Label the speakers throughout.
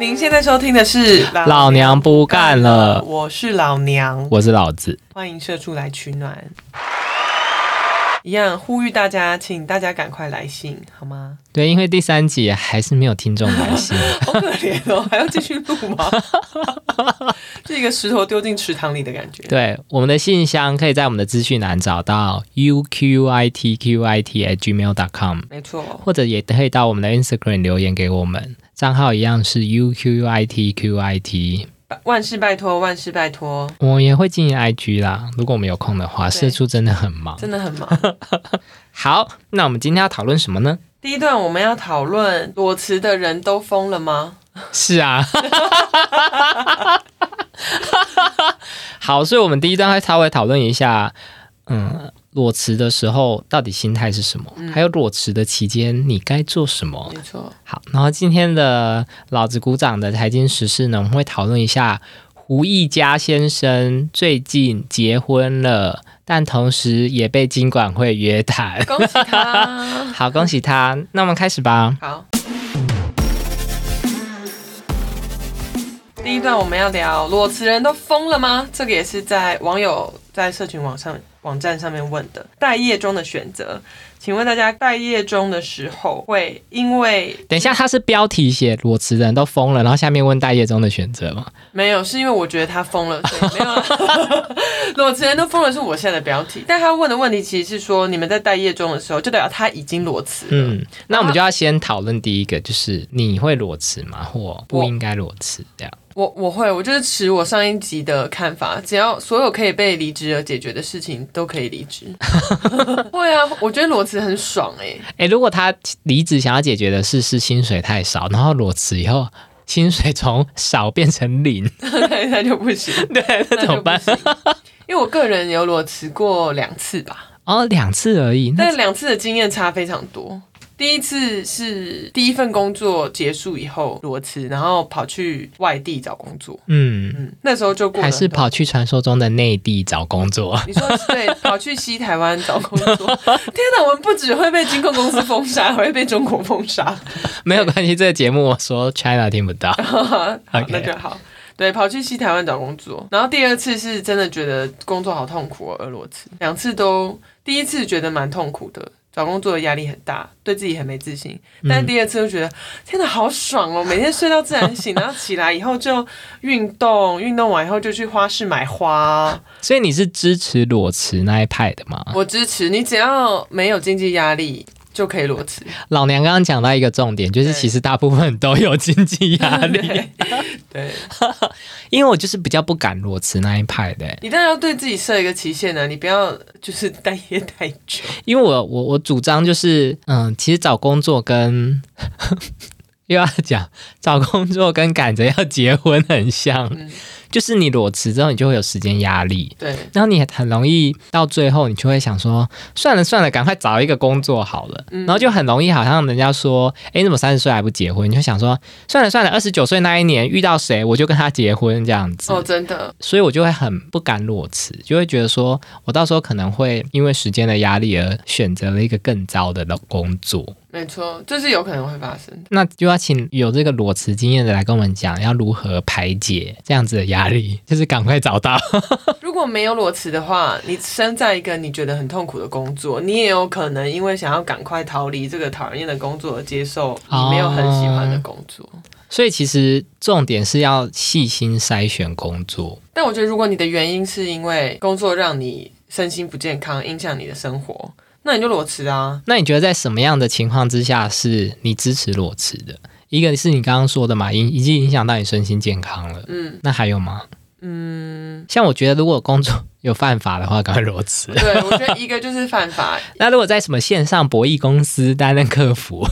Speaker 1: 您现在收听的是《
Speaker 2: 老娘不干了，
Speaker 1: 我是老娘，
Speaker 2: 我是老子。
Speaker 1: 欢迎社畜来取暖。一样呼吁大家，请大家赶快来信好 吗？
Speaker 2: 对，因为第三集还是没有听众来信，
Speaker 1: 好可怜哦，还要继续录吗？ 这一个石头丢进池塘里的感觉。
Speaker 2: 对，我们的信箱可以在我们的资讯栏找到 u q i t q i t at gmail dot com，
Speaker 1: 没错，
Speaker 2: 或者也可以到我们的 Instagram 留言给我们，账号一样是 u q i t q i t。
Speaker 1: 万事拜托，万事拜托，
Speaker 2: 我也会经营 IG 啦，如果我们有空的话，
Speaker 1: 对
Speaker 2: 社畜真的很忙。
Speaker 1: 真的很忙。
Speaker 2: 好，那我们今天要讨论什么呢？
Speaker 1: 第一段我们要讨论裸辞的人都疯了吗？
Speaker 2: 是啊，好，所以我们第一段会稍微讨论一下，嗯，裸辞的时候到底心态是什么，还有裸辞的期间你该做什么。
Speaker 1: 没错，
Speaker 2: 好，然后今天的老子鼓掌的财经时事呢，我们会讨论一下胡一家先生最近结婚了，但同时也被金管会约谈。
Speaker 1: 恭喜他。
Speaker 2: 好，恭喜他。那我们开始吧。
Speaker 1: 好。第一段我们要聊裸辞人都疯了吗？这个也是在网友在社群网上网站上面问的。待业中的选择，请问大家待业中的时候会因为
Speaker 2: 等一下，他是标题写裸辞的人都疯了，然后下面问待业中的选择吗？
Speaker 1: 没有，是因为我觉得他疯了，所以没有啦。 裸辞人都疯了是我现在的标题，但他问的问题其实是说你们在待业中的时候，就代表他已经裸辞了。
Speaker 2: 嗯，那我们就要先讨论第一个，就是你会裸辞吗？或不应该裸辞这样？
Speaker 1: 我我会，我就是持我上一集的看法，只要所有可以被离职而解决的事情都可以离职。 会啊，我觉得裸辞很爽 哎、
Speaker 2: 诶，如果他离职想要解决的事是薪水太少，然后裸辞以后薪水从少变 成零，
Speaker 1: 那那就不行，
Speaker 2: 对，那怎么办？
Speaker 1: 那就不行？因为我个人有裸辞过两次吧，
Speaker 2: 哦，两次而已，那
Speaker 1: 但两次的经验差非常多。第一次是第一份工作结束以后裸辞，然后跑去外地找工作。
Speaker 2: 嗯，
Speaker 1: 嗯，那时候就过得
Speaker 2: 还是
Speaker 1: 很
Speaker 2: 跑去传说中的内地找工作。
Speaker 1: 你说对，跑去西台湾找工作。 天哪，我们不只会被金控公司封杀，还会被中国封杀。
Speaker 2: 没有关系，这个节目我说 China 听不 到。
Speaker 1: 好
Speaker 2: OK
Speaker 1: 那就好。对，跑去西台湾找工作，然后第二次是真的觉得工作好痛苦哦，俄罗斯两次都，第一次觉得蛮痛苦的，找工作的压力很大，对自己很没自信，但第二次就觉得、天哪，好爽哦，每天睡到自然醒，然后起来以后就运动，运动完以后就去花市买花，
Speaker 2: 所以你是支持裸辞那一派的吗？
Speaker 1: 我支持你，只要没有经济压力就可以裸辞。
Speaker 2: 老娘刚刚讲到一个重点，就
Speaker 1: 对
Speaker 2: 是其实大部分都有经济压 力。
Speaker 1: 对，
Speaker 2: 因为我就是比较不敢裸辞那一派的欸、
Speaker 1: 你当然要对自己设一个期限呢、你不要就是 待业太久。
Speaker 2: 因为我我我主张就是，嗯，其实找工作跟 又要讲找工作跟赶着要结婚很像，
Speaker 1: 嗯
Speaker 2: 就是你裸辞之后，你就会有时间压力。
Speaker 1: 对，
Speaker 2: 然后你很容易到最后，你就会想说，算了算了，赶快找一个工作好了。
Speaker 1: 嗯
Speaker 2: 然后就很容易，好像人家说，诶，你怎么三十岁还不结婚？你就想说，算了算了，二十九岁那一年遇到谁，我就跟他结婚这样子。
Speaker 1: 哦，真的，
Speaker 2: 所以我就会很不敢裸辞，就会觉得说我到时候可能会因为时间的压力而选择了一个更糟的工作。
Speaker 1: 没错，这是有可能会发生的。
Speaker 2: 那就要请有这个裸辞经验的来跟我们讲，要如何排解这样子的压力， 就是赶快找到。
Speaker 1: 如果没有裸辞的话，你身在一个你觉得很痛苦的工作，你也有可能因为想要赶快逃离这个讨人厌的工作，而接受你没有很喜欢的工作。
Speaker 2: 所以其实重点是要细心筛选工作。
Speaker 1: 但我觉得，如果你的原因是因为工作让你身心不健康，影响你的生活，那你就裸辞啊。
Speaker 2: 那你觉得在什么样的情况之下是你支持裸辞的？一个是你刚刚说的嘛，影已经影响到你身心健康了。
Speaker 1: 嗯
Speaker 2: 那还有吗？
Speaker 1: 嗯，
Speaker 2: 像我觉得如果工作有犯法的话，赶快裸辞。
Speaker 1: 对，我觉得一个就是犯法，
Speaker 2: 那如果在什么线上博弈公司担任客服，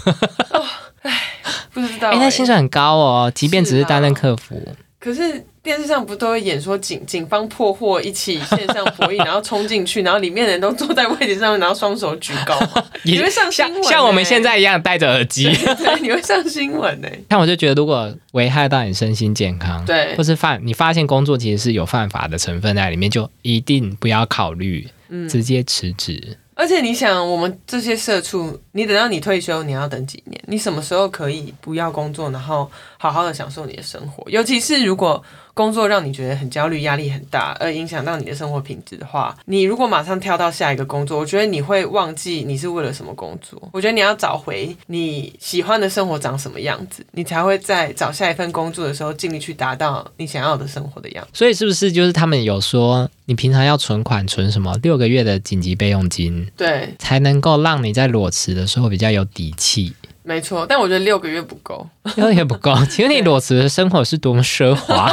Speaker 1: 不知道、
Speaker 2: 哎、
Speaker 1: 欸。
Speaker 2: 那薪水很高哦，即便只是
Speaker 1: 是啊
Speaker 2: 担任客服，
Speaker 1: 可是电视上不都会演说警警方破获一起线上博弈，然后冲进去，然后里面的人都坐在位置上，然后双手举高吗？
Speaker 2: 也
Speaker 1: 你会上新
Speaker 2: 像
Speaker 1: 闻欸
Speaker 2: 像我们现在一样戴着耳机。
Speaker 1: 对，你会上新闻呢、欸
Speaker 2: 但我就觉得，如果危害到你身心健 康，
Speaker 1: 对
Speaker 2: 或是犯你发现工作其实是有犯法的成分在里面，就一定不要考虑，
Speaker 1: 嗯
Speaker 2: 直接辞职。
Speaker 1: 而且你想，我们这些社畜，你等到你退休，你要等几年？你什么时候可以不要工作，然后好好的享受你的生活？尤其是如果工作让你觉得很焦虑、压力很大，而影响到你的生活品质的话，你如果马上跳到下一个工作，我觉得你会忘记你是为了什么工作。我觉得你要找回你喜欢的生活长什么样子，你才会在找下一份工作的时候尽力去达到你想要的生活的样子。
Speaker 2: 所以是不是就是他们有说，你平常要存款存什么六个月的紧急备用金，
Speaker 1: 对，
Speaker 2: 才能够让你在裸辞的时候比较有底气？
Speaker 1: 没错。但我觉得六个月不够。
Speaker 2: 因为也不够。请问你裸辞的生活是多么奢 华？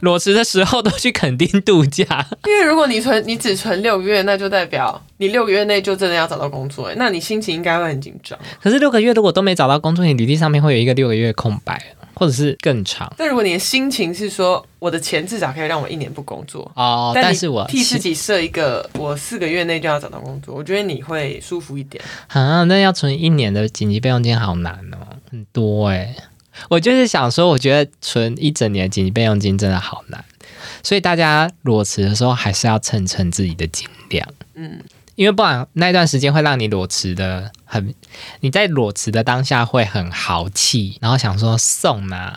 Speaker 2: 裸辞的时候都去垦丁度假，
Speaker 1: 因为如果你存你只存六个月，那就代表你六个月内就真的要找到工作，那你心情应该会很紧张。
Speaker 2: 可是六个月如果都没找到工作，你履历上面会有一个六个月空白，或者是更长
Speaker 1: 但如果你的心情是说我的钱至少可以让我一年不工作，
Speaker 2: 哦。
Speaker 1: 但
Speaker 2: 但
Speaker 1: 你
Speaker 2: 是我
Speaker 1: 替自己设一个我四个月内就要找到工作，我觉得你会舒服一点。
Speaker 2: 啊，那要存一年的紧急备用金好难哦，很多哎、我就是想说，我觉得存一整年的紧急备用金真的好难，所以大家裸辞的时候还是要称称自己的斤两，
Speaker 1: 嗯，
Speaker 2: 因为不然那段时间会让你裸辞的很，你在裸辞的当下会很豪气，然后想说送啊，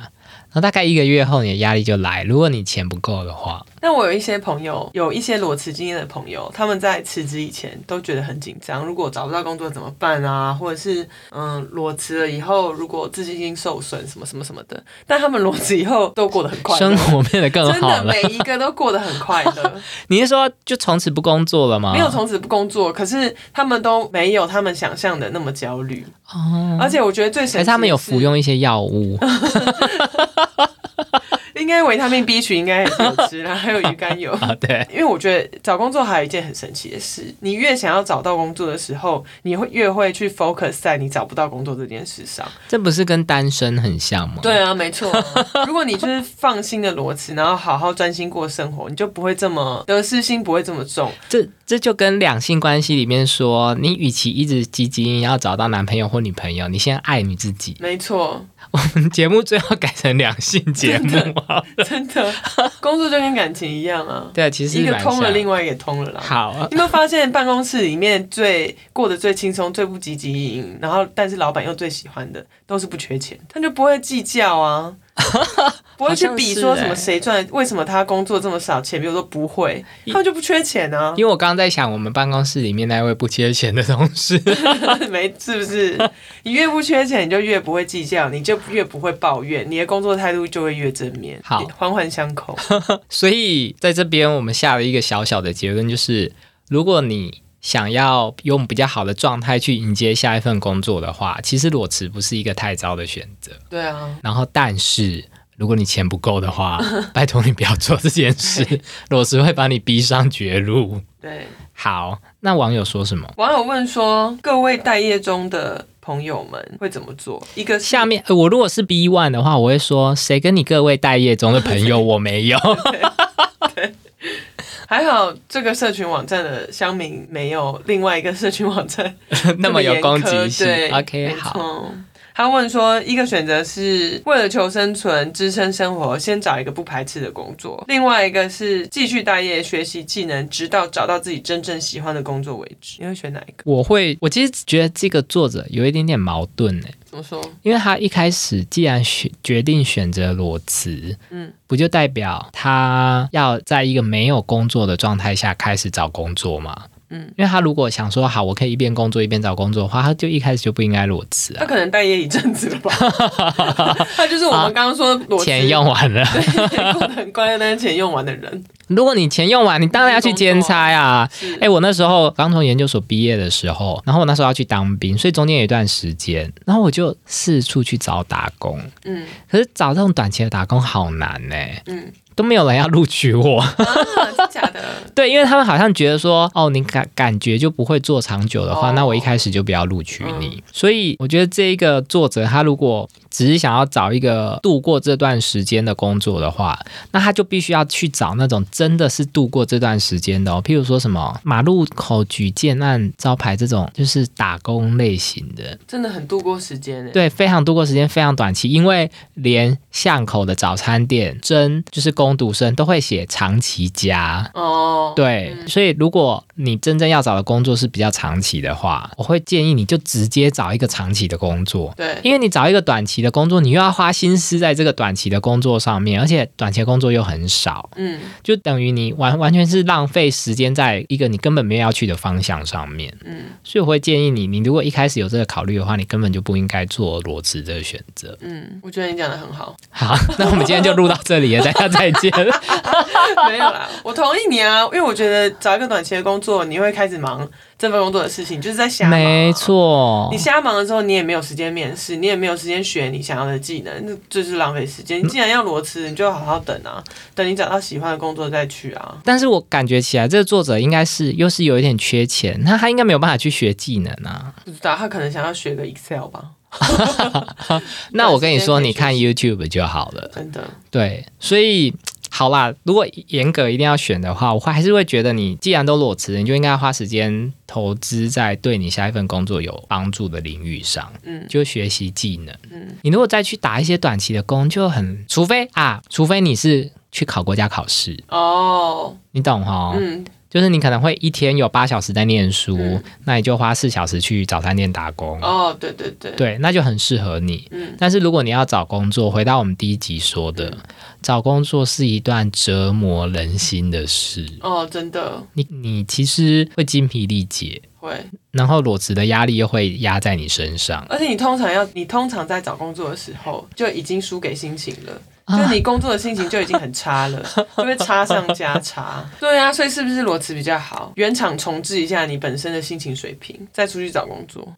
Speaker 2: 然后大概一个月后你的压力就来，如果你钱不够的话，
Speaker 1: 但我有一些朋友，有一些裸辞经验的朋友，他们在辞职以前都觉得很紧张，如果找不到工作怎么办啊？或者是嗯，裸辞了以后，如果自信心受损什么什么什么的，但他们裸辞以后都过得很快乐。
Speaker 2: 生活变得更
Speaker 1: 真
Speaker 2: 好
Speaker 1: 的
Speaker 2: 了。
Speaker 1: 每一个都过得很快 乐，
Speaker 2: 你是说就从此不工作了吗？
Speaker 1: 没有从此不工作，可是他们都没有他们想象的那么焦虑。
Speaker 2: 哦，
Speaker 1: 而且我觉得最神奇
Speaker 2: 还
Speaker 1: 的
Speaker 2: 是
Speaker 1: 是
Speaker 2: 他们有服，用一些药物。
Speaker 1: 应该维他命 B 群应该也是有吃啦， 还有鱼肝油。
Speaker 2: 啊，对，
Speaker 1: 因为我觉得找工作还有一件很神奇的事，你越想要找到工作的时候，你会越会去 focus 在你找不到工作这件事 上。
Speaker 2: 这不是跟单身很像吗？，
Speaker 1: 对啊，没错。如果你就是放心的裸辞，然后好好专心过生活，你就不会这么得失心不会这么重。
Speaker 2: 这这就跟两性关系里面说，你与其一直积极要找到男朋友或女朋友，你先爱你自己。
Speaker 1: 没错，
Speaker 2: 嗯节目最后改成两性节目啊？
Speaker 1: 真的，工作就跟感情一样啊。
Speaker 2: 对，其实
Speaker 1: 一个
Speaker 2: 蛮
Speaker 1: 通了，
Speaker 2: 像
Speaker 1: 另外一个通了啦。
Speaker 2: 好
Speaker 1: 你有没有发现办公室里面最过得最轻松、最不积极营营，然后但是老板又最喜欢的都是不缺钱，他就不会计较 啊，不会去比说什么谁赚，为什么他工作这么少钱，比如说不会，
Speaker 2: 欸
Speaker 1: 他们就不缺钱 啊，
Speaker 2: 因为我刚刚在想，我们办公室里面那位不缺钱的同事，
Speaker 1: 没是不是？你越不缺钱，你就越不会计较，你就越不会抱怨，你的工作态度就会越正面，
Speaker 2: 好
Speaker 1: 环环相扣。
Speaker 2: 所以在这边我们下了一个小小的结论，就是如果你想要用比较好的状态去迎接下一份工作的话，其实裸辞不是一个太糟的选择。
Speaker 1: 对啊，
Speaker 2: 然后，但是如果你钱不够 的话，拜托你不要做这件事，裸辞会把你逼上绝路。
Speaker 1: 对。
Speaker 2: 好，那网友说什么？
Speaker 1: 网友问说，各位待业中的朋友们会怎么做？一个是
Speaker 2: 下面、呃我如果是 B one 的话，我会说谁跟你各位待业中的朋 友我没有，
Speaker 1: 还好，这个社群网站的乡民没有另外一个社群网站
Speaker 2: 那么有攻击性
Speaker 1: 对。
Speaker 2: OK，
Speaker 1: 没
Speaker 2: 好，
Speaker 1: 错他问说，一个选择是为了求生存、支撑生活，先找一个不排斥的工作；另外一个是继续待业、学习技能，直到找到自己真正喜欢的工作为止。你会选哪一个？
Speaker 2: 我会，我其实觉得这个作者有一点点矛盾呢、
Speaker 1: 怎么说？
Speaker 2: 因为他一开始既然选决定选择裸辞，
Speaker 1: 嗯
Speaker 2: 不就代表他要在一个没有工作的状态下开始找工作吗？
Speaker 1: 嗯，
Speaker 2: 因为他如果想说好，我可以一边工作一边找工作的话，他就一开始就不应该裸辞
Speaker 1: 他
Speaker 2: 啊，
Speaker 1: 可能待业一阵子了 吧？他就是我们刚刚说裸辞
Speaker 2: 钱用 完了。
Speaker 1: 过得很快乐，但是钱用完的人。
Speaker 2: 如果你钱用完，你当然要去兼差啊。
Speaker 1: 是
Speaker 2: 哎、我那时候刚从研究所毕业的时候，然后我那时候要去当兵，所以中间有一段时间，然后我就四处去找打工。
Speaker 1: 嗯
Speaker 2: 可是找这种短期的打工好难呢、
Speaker 1: 嗯，
Speaker 2: 都没有人要录取我。
Speaker 1: 啊，是假的。
Speaker 2: 对，因为他们好像觉得说，哦，你感感觉就不会做长久的话，
Speaker 1: 哦
Speaker 2: 那我一开始就不要录取你。所以我觉得这一个作者，他如果只是想要找一个度过这段时间的工作的话，那他就必须要去找那种真的是度过这段时间的哦，譬如说什么马路口举建案招牌这种，就是打工类型的。
Speaker 1: 真的很度过时间欸诶。
Speaker 2: 对，非常度过时间非常短期，因为连巷口的早餐店、蒸就是公攻读生都会写长期加。
Speaker 1: 哦，
Speaker 2: 对，
Speaker 1: 嗯
Speaker 2: 所以如果你真正要找的工作是比较长期的话，我会建议你就直接找一个长期的工作，
Speaker 1: 对，
Speaker 2: 因为你找一个短期的工作，你又要花心思在这个短期的工作上面，而且短期的工作又很少，
Speaker 1: 嗯
Speaker 2: 就等于你完完全是浪费时间在一个你根本没有要去的方向上面。
Speaker 1: 嗯
Speaker 2: 所以我会建议你，你如果一开始有这个考虑的话，你根本就不应该做裸辞这个选择。
Speaker 1: 嗯，我觉得你讲的很 好。
Speaker 2: 好，那我们今天就录到这里了，大家再 见。
Speaker 1: 没有啦，我同意你啊，因为我觉得找一个短期的工作，你会开始忙这份工作的事情，就是在瞎忙啊
Speaker 2: 没。错
Speaker 1: 你，瞎忙的时候，你也没有时间面试，你也没有时间学你想要的技能，那就是浪费时间。你既然要裸辞，你就好好等啊，等你找到喜欢的工作再去啊。
Speaker 2: 但是我感觉起来，这个作者应该是又是有一点缺钱，那他应该没有办法去学技能啊。
Speaker 1: 不知道他可能想要学个 Excel 吧，
Speaker 2: 那我跟你说，
Speaker 1: 对
Speaker 2: 你
Speaker 1: 时间可
Speaker 2: 看
Speaker 1: 以
Speaker 2: YouTube 就好了。
Speaker 1: 真的。
Speaker 2: 对，所以好啦，如果严格一定要选的话，我还是会觉得你既然都裸辞了，你就应该花时间投资在对你下一份工作有帮助的领域上，
Speaker 1: 嗯
Speaker 2: 就学习技能。
Speaker 1: 嗯
Speaker 2: 你如果再去打一些短期的工，就很，除非啊，除非你是去考国家考试，
Speaker 1: 哦，
Speaker 2: 你懂哈？
Speaker 1: 嗯
Speaker 2: 就是你可能会一天有八小时在念书，
Speaker 1: 嗯
Speaker 2: 那你就花四小时去早餐店打工。
Speaker 1: 哦，对对对，
Speaker 2: 对，那就很适合你。
Speaker 1: 嗯
Speaker 2: 但是如果你要找工作，回到我们第一集说的，找工作是一段折磨人心的事。
Speaker 1: 哦，真的
Speaker 2: 你你其实会精疲力竭，
Speaker 1: 会。
Speaker 2: 然后裸辞的压力又会压在你身上。
Speaker 1: 而且你通常要，你通常在找工作的时候就已经输给心情了。
Speaker 2: 啊
Speaker 1: 就你工作的心情就已经很差 了，就会差上加差。对啊，所以是不是裸辞比较好？原厂重置一下你本身的心情水平，再出去找工作。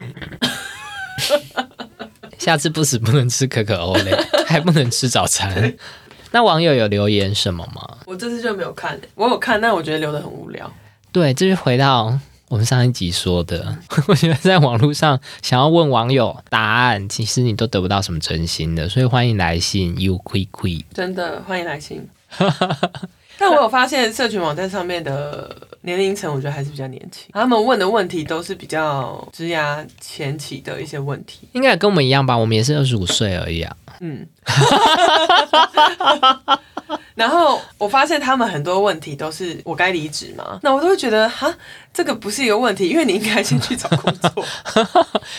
Speaker 2: 下次不死不能吃可可欧 嘞，还不能吃早餐。那网友有留言什么吗？
Speaker 1: 我这次就没有看、我有看，但我觉得留的很无聊。
Speaker 2: 对，这就回到我们上一集说的， 我觉得在网络上想要问网友答案，其实你都得不到什么真心的，所以欢迎来信 you quick quick。
Speaker 1: 真的，欢迎来信。但我有发现，社群网站上面的年龄层，我觉得还是比较年轻。他们问的问题都是比较职涯前期的一些问题。
Speaker 2: 应该也跟我们一样吧，我们也是二十五岁而已啊。
Speaker 1: 嗯，然后我发现他们很多问题都是我该离职吗？那我都会觉得哈，这个不是一个问题，因为你应该先去找工作。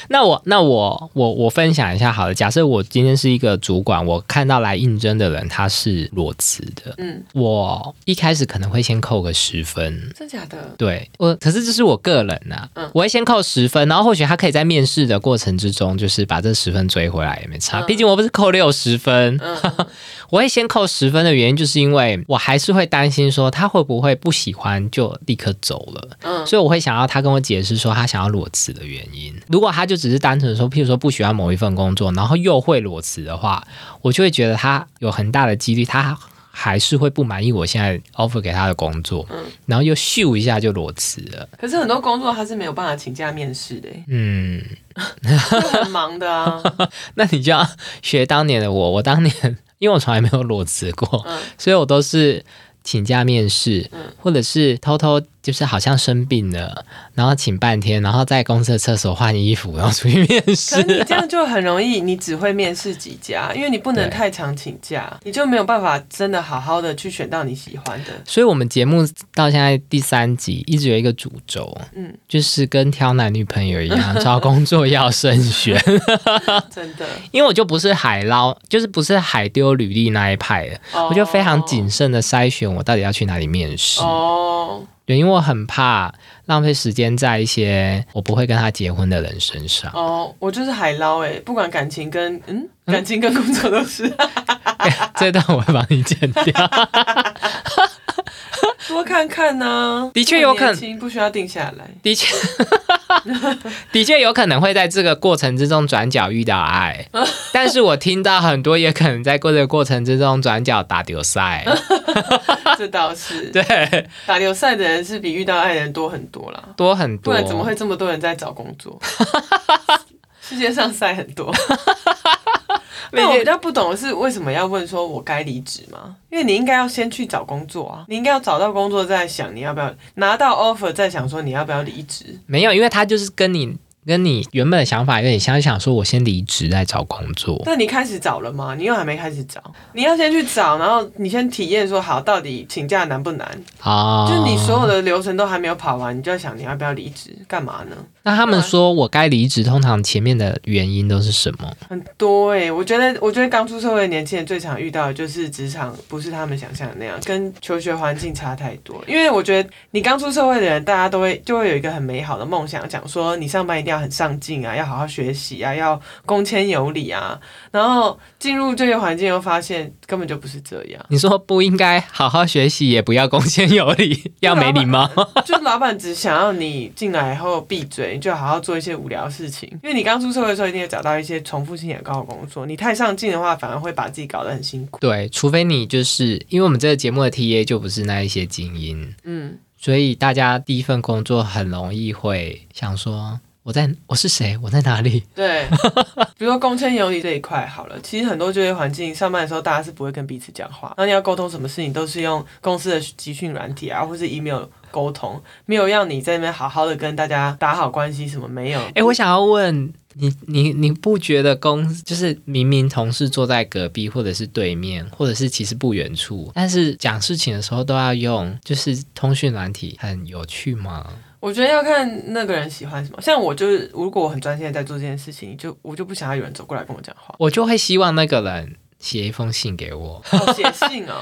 Speaker 2: 那我那我我我分享一下好了，假设我今天是一个主管，我看到来应征的人他是裸辞的，
Speaker 1: 嗯，
Speaker 2: 我一开始可能会先扣个十分，
Speaker 1: 真假的？
Speaker 2: 对我，可是这是我个人呐、
Speaker 1: 嗯
Speaker 2: 我会先扣十分，然后或许他可以在面试的过程之中，就是把这十分追回来也没差。
Speaker 1: 嗯
Speaker 2: 毕竟我不是扣六十分，
Speaker 1: 嗯，
Speaker 2: 我会先扣十分的原因，就是因为我还是会担心说他会不会不喜欢就立刻走了，
Speaker 1: 嗯
Speaker 2: 所以我会想要他跟我解释说他想要裸辞的原因。如果他就只是单纯说，譬如说不喜欢某一份工作，然后又会裸辞的话，我就会觉得他有很大的几率他。还是会不满意我现在 offer 给他的工作，
Speaker 1: 嗯
Speaker 2: 然后又咻一下就裸辞了。
Speaker 1: 可是很多工作他是没有办法请假面试的，
Speaker 2: 嗯，
Speaker 1: 就很忙的啊。
Speaker 2: 那你就要学当年的我。 我当年因为我从来没有裸辞过，
Speaker 1: 嗯
Speaker 2: 所以我都是请假面试，
Speaker 1: 嗯
Speaker 2: 或者是偷偷就是好像生病了，然后请半天，然后在公司的厕所换衣服，然后出去面
Speaker 1: 可是你
Speaker 2: 试。
Speaker 1: 这样就很容易，你只会面试几家，因为你不能
Speaker 2: 对
Speaker 1: 太常请假，你就没有办法真的好好的去选到你喜欢的。
Speaker 2: 所以，我们节目到现在第三集一直有一个主轴，
Speaker 1: 嗯，
Speaker 2: 就是跟挑男女朋友一 样，找工作要慎选。哦
Speaker 1: 真的，
Speaker 2: 因为我就不是海捞，就是不是海丢履历那一派的， 我就非常谨慎的筛选我到底要去哪里面试。
Speaker 1: 哦。
Speaker 2: 对，因为我很怕浪费时间在一些我不会跟他结婚的人 身上。
Speaker 1: 哦，我就是海捞哎、不管感情跟嗯 感情跟工作都是，啊
Speaker 2: 这段我会帮你剪掉。
Speaker 1: 多看看呢、
Speaker 2: 的确有可能
Speaker 1: 年轻不需要定下来。
Speaker 2: 的确，的确有可能会在这个过程之中转角遇 到爱，但是我听到很多也可能在过这个过程之中转角打 丢赛。
Speaker 1: 这倒是，
Speaker 2: 对，
Speaker 1: 打流赛的人是比遇到爱的人多很多啦，
Speaker 2: 多很
Speaker 1: 不
Speaker 2: 多。
Speaker 1: 然怎么会这么多人在找工 作？世界上赛很多。但我比较不懂的是，为什么要问说我该离职吗？因为你应该要先去找工作啊，你应该要找到工作再想你要不要拿到 offer，再想说你要不要离职。
Speaker 2: 没有？因为他就是跟你跟你原本的想法有点像，想说我先离职再找工作。
Speaker 1: 那你开始找了吗？你又还没开始找，你要先去找，然后你先体验说好，到底请假难不难？
Speaker 2: 啊，
Speaker 1: 就是你所有的流程都还没有跑完，你就要想你要不要离职，干嘛呢？
Speaker 2: 那他们
Speaker 1: 啊
Speaker 2: 说我该离职，通常前面的原因都是什么？，
Speaker 1: 很多哎、我觉得，我觉得刚出社会的年轻人最常遇到的就是职场不是他们想象的那样，跟求学环境差太多。因为我觉得你刚出社会的人，大家都会就会有一个很美好的梦想，讲说你上班一定要很上进啊，要好好学习啊，要公谦有礼啊。然后进入这个环境，又发现根本就不是这样
Speaker 2: 你说不应该好好学习，也不要恭谦有 礼，要没礼貌。
Speaker 1: 就是老板只想要你进来以后闭嘴，你就好好做一些无聊的事情。因为你刚出社会的时候，一定会找到一些重复性很高的工作，你太上进的话，反而会把自己搞得很辛苦。
Speaker 2: 对，除非你就是因为我们这个节目的 T A 就不是那一些精英，
Speaker 1: 嗯。
Speaker 2: 所以大家第一份工作很容易会想说我在我是谁，我在哪 里？
Speaker 1: 对，比如说公签有理这一块好了，其实很多就业环境上班的时候，大家是不会跟彼此讲话，那你要沟通什么事情都是用公司的集训软体啊，或是 email 沟通，没有让你在那边好好的跟大家打好关系什么没有。
Speaker 2: 哎、我想要问你，你你不觉得公司就是明明同事坐在隔壁，或者是对面，或者是其实不远处，但是讲事情的时候都要用就是通讯软体，很有趣吗？，
Speaker 1: 我觉得要看那个人喜欢什么，像我就是，如果我很专心的在做这件事情，就我就不想要有人走过来跟我讲话
Speaker 2: 我就会希望那个人写一封信给我，
Speaker 1: 好写信哦，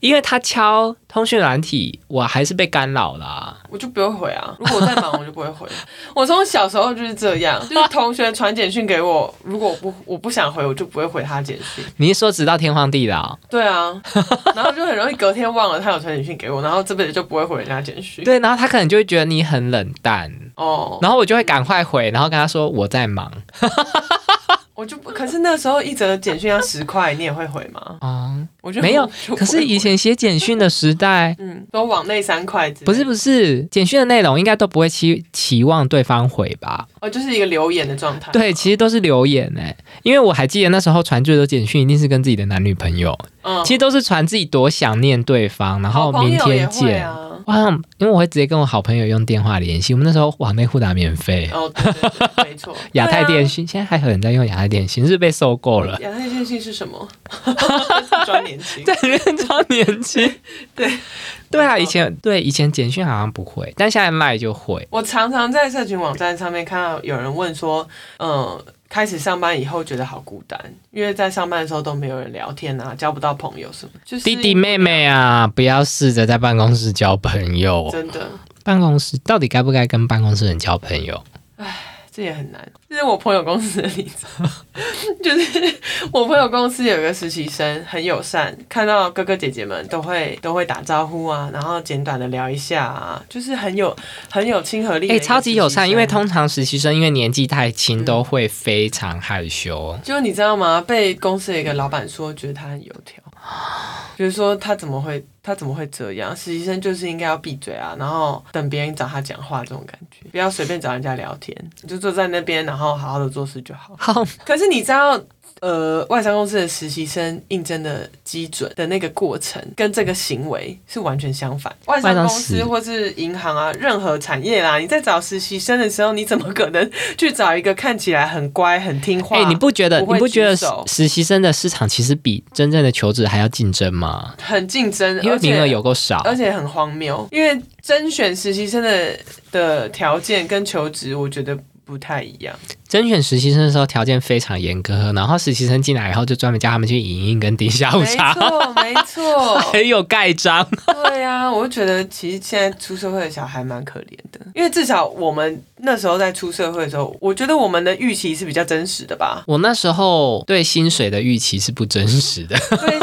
Speaker 2: 因为他敲通讯软体，我还是被干扰啦、
Speaker 1: 我就不会回啊。如果我在忙，我就不会回。我从小时候就是这样，就是同学传简讯给我，如果我不我不想回，我就不会回他简讯。
Speaker 2: 你是说直到天荒地老？
Speaker 1: 对啊，然后就很容易隔天忘了他有传简讯给我，然后这辈子就不会回人家简讯。
Speaker 2: 对，然后他可能就会觉得你很冷淡，
Speaker 1: 哦，
Speaker 2: 然后我就会赶快回，然后跟他说我在忙
Speaker 1: 我就不，可是那时候一则简讯要十块，你也会回吗？
Speaker 2: 哦。
Speaker 1: 我就
Speaker 2: 没有
Speaker 1: 就不会回
Speaker 2: 可是以前写简讯的 时代，
Speaker 1: 嗯，都往内三块之类的，
Speaker 2: 不是不是，简讯的内容应该都不会期期望对方回吧？
Speaker 1: 哦，就是一个留言的状态。
Speaker 2: 对，其实都是留言哎，因为我还记得那时候传最多简讯一定是跟自己的男女朋友，
Speaker 1: 嗯，
Speaker 2: 其实都是传自己多想念对方，然
Speaker 1: 好
Speaker 2: 后
Speaker 1: 朋
Speaker 2: 明
Speaker 1: 友也
Speaker 2: 天
Speaker 1: 会
Speaker 2: 见。
Speaker 1: 啊。
Speaker 2: 哇，因为我会直接跟我好朋友用电话联系，我们那时候网内互打免费，
Speaker 1: 哦，对对对没错，
Speaker 2: 亚太
Speaker 1: 对
Speaker 2: 电信、现在还有人在用亚太电信，是不是被收购 了
Speaker 1: 啊，。亚太电信是什么？ 装年轻。
Speaker 2: 在里面超年轻，
Speaker 1: 对
Speaker 2: 对啊，
Speaker 1: 没错
Speaker 2: 以前对以前简讯好像不会，但现在赖就会。
Speaker 1: 我常常在社群网站上面看到有人问说，嗯，开始上班以后觉得好孤单，因为在上班的时候都没有人聊天啊，交不到朋友什么，就是
Speaker 2: 弟弟妹妹啊，不要试着在办公室交朋友。
Speaker 1: 真的。
Speaker 2: 办公室到底该不该跟办公室人交朋友？
Speaker 1: 这也很难，这是我朋友公司的例子， 就是我朋友公司有一个实习生很友善，看到哥哥姐姐们都会都会打招呼啊，然后简短的聊一下啊，就是很有很有亲和力的
Speaker 2: 哎、
Speaker 1: 一个实习生。嗯
Speaker 2: 超级友善，因为通常实习生因为年纪太轻，都会非常害羞。
Speaker 1: 就你知道吗？被公司的一个老板说，觉得他很油 条，就是说他怎么会他怎么会这样？实习生就是应该要闭嘴啊，然后等别人找他讲话这种感觉，不要随便找人家聊天，你就坐在那边，然后好好的做事就好。
Speaker 2: 好，
Speaker 1: 可是你知道，呃，外商公司的实习生应征的基准的那个过程，跟这个行为是完全相反。外商公
Speaker 2: 外
Speaker 1: 司
Speaker 2: 商是
Speaker 1: 或是银行啊，任何产业啦，你在找实习生的时候，你怎么可能去找一个看起来很乖、很听话？
Speaker 2: 哎、你不觉得
Speaker 1: 不
Speaker 2: 你
Speaker 1: 会
Speaker 2: 不觉得
Speaker 1: 举手
Speaker 2: 实习生的市场其实比真正的求职还要竞争吗？
Speaker 1: 很竞争，
Speaker 2: 因为
Speaker 1: 而且
Speaker 2: 名额有够少。
Speaker 1: 而且很荒谬，因为甄选实习生的的条件跟求职，我觉得不太一样。
Speaker 2: 甄选实习生的时候条件非常严格，然后实习生进来以后就专门叫他们去影印跟订下午
Speaker 1: 没
Speaker 2: 茶，
Speaker 1: 错，没错，
Speaker 2: 很有盖章。
Speaker 1: 对啊，我就觉得其实现在出社会的小孩蛮可怜的，因为至少我们那时候在出社会的时候，我觉得我们的预期是比较真实的吧。
Speaker 2: 我那时候对薪水的预期是不真 实的，
Speaker 1: 对，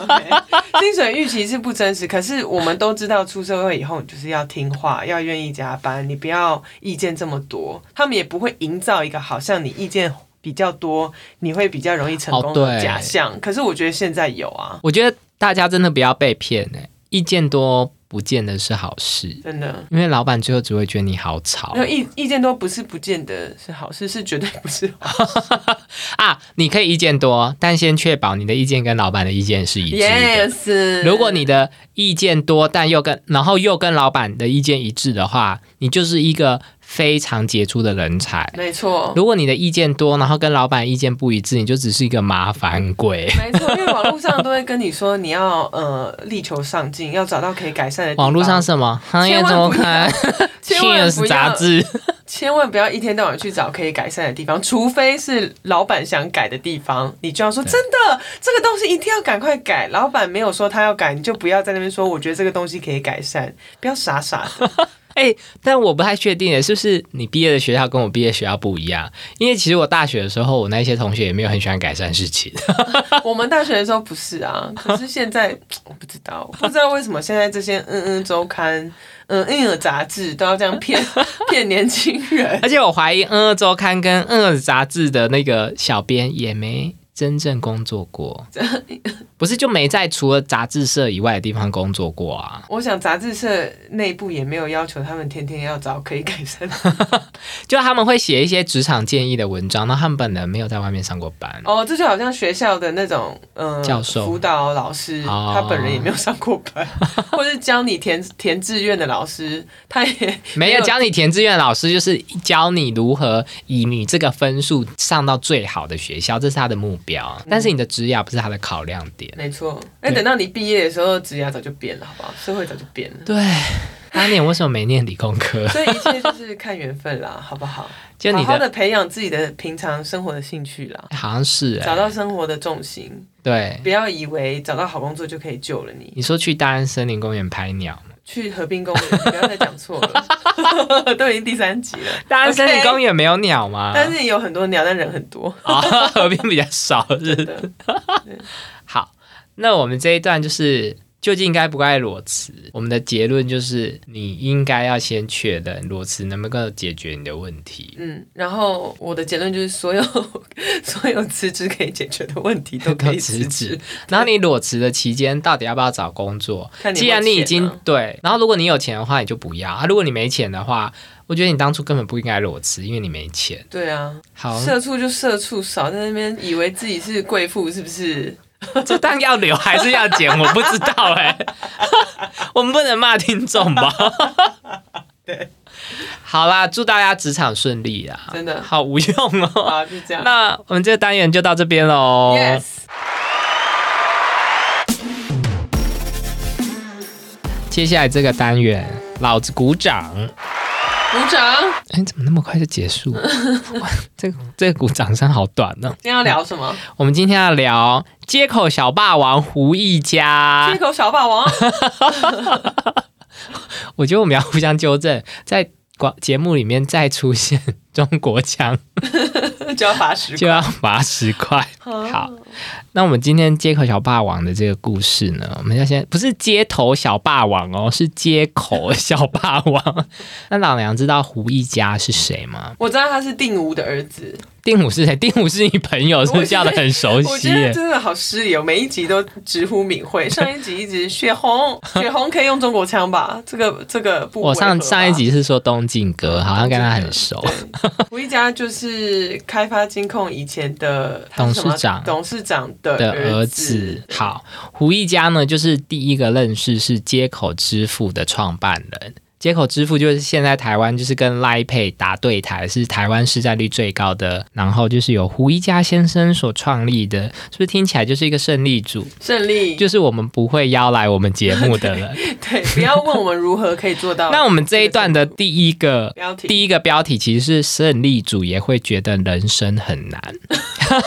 Speaker 1: OK，薪水预期是不真实，可是我们都知道出社会以后，你就是要听话，要愿意加班，你不要意见这么多。他们也不会营造一个好像你意见比较多，你会比较容易成功
Speaker 2: 哦
Speaker 1: 的
Speaker 2: 对
Speaker 1: 假象。可是我觉得现在有啊，
Speaker 2: 我觉得大家真的不要被骗哎、意见多不见得是好事，
Speaker 1: 真的。
Speaker 2: 因为老板最后只会觉得你好吵
Speaker 1: 没有意意见多不是不见得是好事，是绝对不是好事。
Speaker 2: 啊。你可以意见多，但先确保你的意见跟老板的意见是一致的。
Speaker 1: Yes，
Speaker 2: 如果你的意见多，但又跟然后又跟老板的意见一致的话，你就是一个非常杰出的人才。
Speaker 1: 没错，
Speaker 2: 如果你的意见多，然后跟老板意见不一致，你就只是一个麻烦鬼。
Speaker 1: 没错，因为网络上都会跟你说你要呃力求上进，要找到可以改善的地方。
Speaker 2: 网络上什么行业
Speaker 1: 千万
Speaker 2: 周
Speaker 1: 不要
Speaker 2: 刊、
Speaker 1: 千 万不
Speaker 2: Cheers 杂
Speaker 1: 要，
Speaker 2: 志，
Speaker 1: 千万不要一天到晚去找可以改善的地方，除非是老板想改的地方，你就要说真的这个东西一定要赶快改。老板没有说他要改，你就不要在那边说我觉得这个东西可以改善，不要傻傻的。
Speaker 2: 哎、但我不太确定耶，是不是你毕业的学校跟我毕业的学校不一样？因为其实我大学的时候，我那些同学也没有很喜欢改善事情。
Speaker 1: 我们大学的时候不是啊，可是现在我不知道，不知道为什么现在这些嗯嗯周刊、嗯嗯的杂志都要这样骗 骗年轻人。
Speaker 2: 而且我怀疑《嗯二周刊》跟《嗯二》杂志的那个小编也没真正工作过，不是就没在除了杂志社以外的地方工作过啊？
Speaker 1: 我想杂志社内部也没有要求他们天天要找可以改善的。
Speaker 2: 就他们会写一些职场建议的文章，那他们本人没有在外面上过班。
Speaker 1: 哦，这就好像学校的那种嗯、呃
Speaker 2: 教授
Speaker 1: 辅导老师，
Speaker 2: 哦
Speaker 1: 他本人也没有上过 班，或是教你填填志愿的老师，他也
Speaker 2: 没
Speaker 1: 没
Speaker 2: 有
Speaker 1: 有
Speaker 2: 教你填志愿，老师就是教你如何以你这个分数上到最好的学校，这是他的目标。但是你的职涯不是他的考量点。
Speaker 1: 没错。哎、
Speaker 2: 对
Speaker 1: 等到你毕业的时候，职涯早就变了，好不好？社会早就变了。
Speaker 2: 对，当年为什么没念理工 科？
Speaker 1: 所以一切就是看缘分啦，好不好？
Speaker 2: 就你
Speaker 1: 好好
Speaker 2: 的
Speaker 1: 的培养自己的平常生活的兴趣啦，
Speaker 2: 好像是、 欸、
Speaker 1: 找到生活的重心，
Speaker 2: 对。
Speaker 1: 不要以为找到好工作就可以救了你。
Speaker 2: 你说去大安森林公园拍鸟吗，
Speaker 1: 去河滨 公园，不要再讲错了， 都已经第三集了。
Speaker 2: 大安森林
Speaker 1: OK
Speaker 2: 公啊园没有鸟吗？
Speaker 1: 但是有很多鸟，但人很多。
Speaker 2: 啊，河边比较少，是
Speaker 1: 真的
Speaker 2: 好，那我们这一段就是究竟该不该裸辞？我们的结论就是，你应该要先确认裸辞能不能够解决你的问题。
Speaker 1: 嗯，然后我的结论就是，所有 所有辞职可以解决的问题都可以辞职，，
Speaker 2: 然后你裸辞的期间到底要不要找工作？
Speaker 1: 看你有
Speaker 2: 既
Speaker 1: 没有
Speaker 2: 然你已
Speaker 1: 钱
Speaker 2: 经
Speaker 1: 啊
Speaker 2: 对，然后如果你有钱的话，你就不要；啊，如果你没钱的话，我觉得你当初根本不应该裸辞，因为你没钱。
Speaker 1: 对啊，
Speaker 2: 好，
Speaker 1: 社畜就社畜，少在那边以为自己是贵妇，是不是？
Speaker 2: 这段要留还是要剪？我不知道哎、 我们不能骂听众吧？
Speaker 1: 对，
Speaker 2: 好啦，祝大家职场顺利啊！
Speaker 1: 真的
Speaker 2: 好无用哦。
Speaker 1: 好，就这样。
Speaker 2: 那哦我们这个单元就到这边喽。
Speaker 1: Yes。
Speaker 2: 接下来这个单元，老子鼓掌。
Speaker 1: 鼓掌！
Speaker 2: 哎、怎么那么快就结束？哇这个这个鼓掌声好短呢、
Speaker 1: 今天要聊什么？
Speaker 2: 我们今天要聊街口小霸王胡一
Speaker 1: 街
Speaker 2: 家，
Speaker 1: 口小霸王，
Speaker 2: 我觉得我们要互相纠正，在广节目里面再出现 中国腔
Speaker 1: 就要罚十
Speaker 2: 就要罚十块。
Speaker 1: 块。
Speaker 2: 好，那我们今天街口小霸王的这个故事呢，我们要先不是街头小霸王哦，是街口小霸王。 那老娘知道胡一家是谁吗？
Speaker 1: 我知道他是定吴的儿子，
Speaker 2: 定武是谁？定武是你朋友，是不是叫的很熟
Speaker 1: 我
Speaker 2: 悉
Speaker 1: 觉得
Speaker 2: 耶？
Speaker 1: 真的好失礼哦，每一集都直呼敏慧，上一集一直雪红，雪红可以用中国腔吧？这个这个不违
Speaker 2: 我
Speaker 1: 和吧，
Speaker 2: 上上一集是说东晋哥，好像跟他很熟。
Speaker 1: 对胡一家就是开发金控以前的他是什么
Speaker 2: 董事长
Speaker 1: 董事长的
Speaker 2: 的
Speaker 1: 儿
Speaker 2: 儿子。好，胡一家呢，就是第一个认识是街口支付的创办人。街口支付就是现在台湾就是跟 Line Pay 打对台，是台湾市占率最高的，然后就是由胡一家先生所创立的，是不是听起来就是一个胜利组？
Speaker 1: 胜利，
Speaker 2: 就是我们不会邀来我们节目的人。
Speaker 1: 对，不要问我们如何可以做到。
Speaker 2: 那我们这一段的第一个。
Speaker 1: 标题，
Speaker 2: 第一个标题其实是胜利组也会觉得人生很难，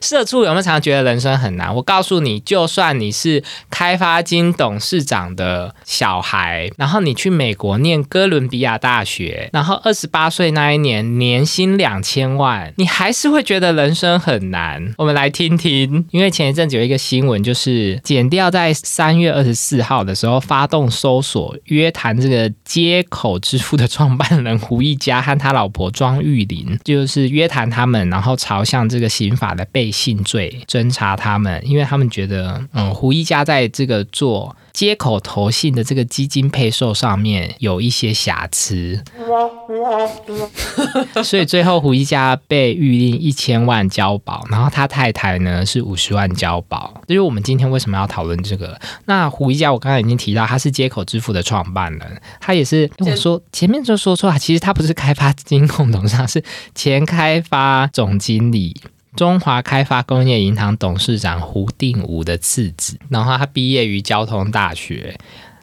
Speaker 2: 社畜有没有常觉得人生很难？我告诉你，就算你是开发金董事长的小孩，然后你去美国念哥伦比亚大学，然后二十八岁那一年年薪两千万，你还是会觉得人生很难。我们来听听，因为前一阵子有一个新闻，就是减掉在三月二十四号的时候发动搜索约谈这个接口支付的创办人 胡一家和他老婆庄玉玲，就是约谈他们，然后朝向这个刑法的被性罪侦查他们，因为他们觉得，嗯，胡一家在这个做接口投信的这个基金配售上面有一些瑕疵，所以最后胡一家被预令一千万交保，然后他太太呢是五十万交保。就是我们今天为什么要讨论这个？那胡一家我刚才已经提到，他是接口支付的创办人，他也是诶我说前面就说错了，其实他不是开发金控董事长，是前开发总经理。中华开发工业银行董事长胡定武的次子，然后他毕业于交通大学，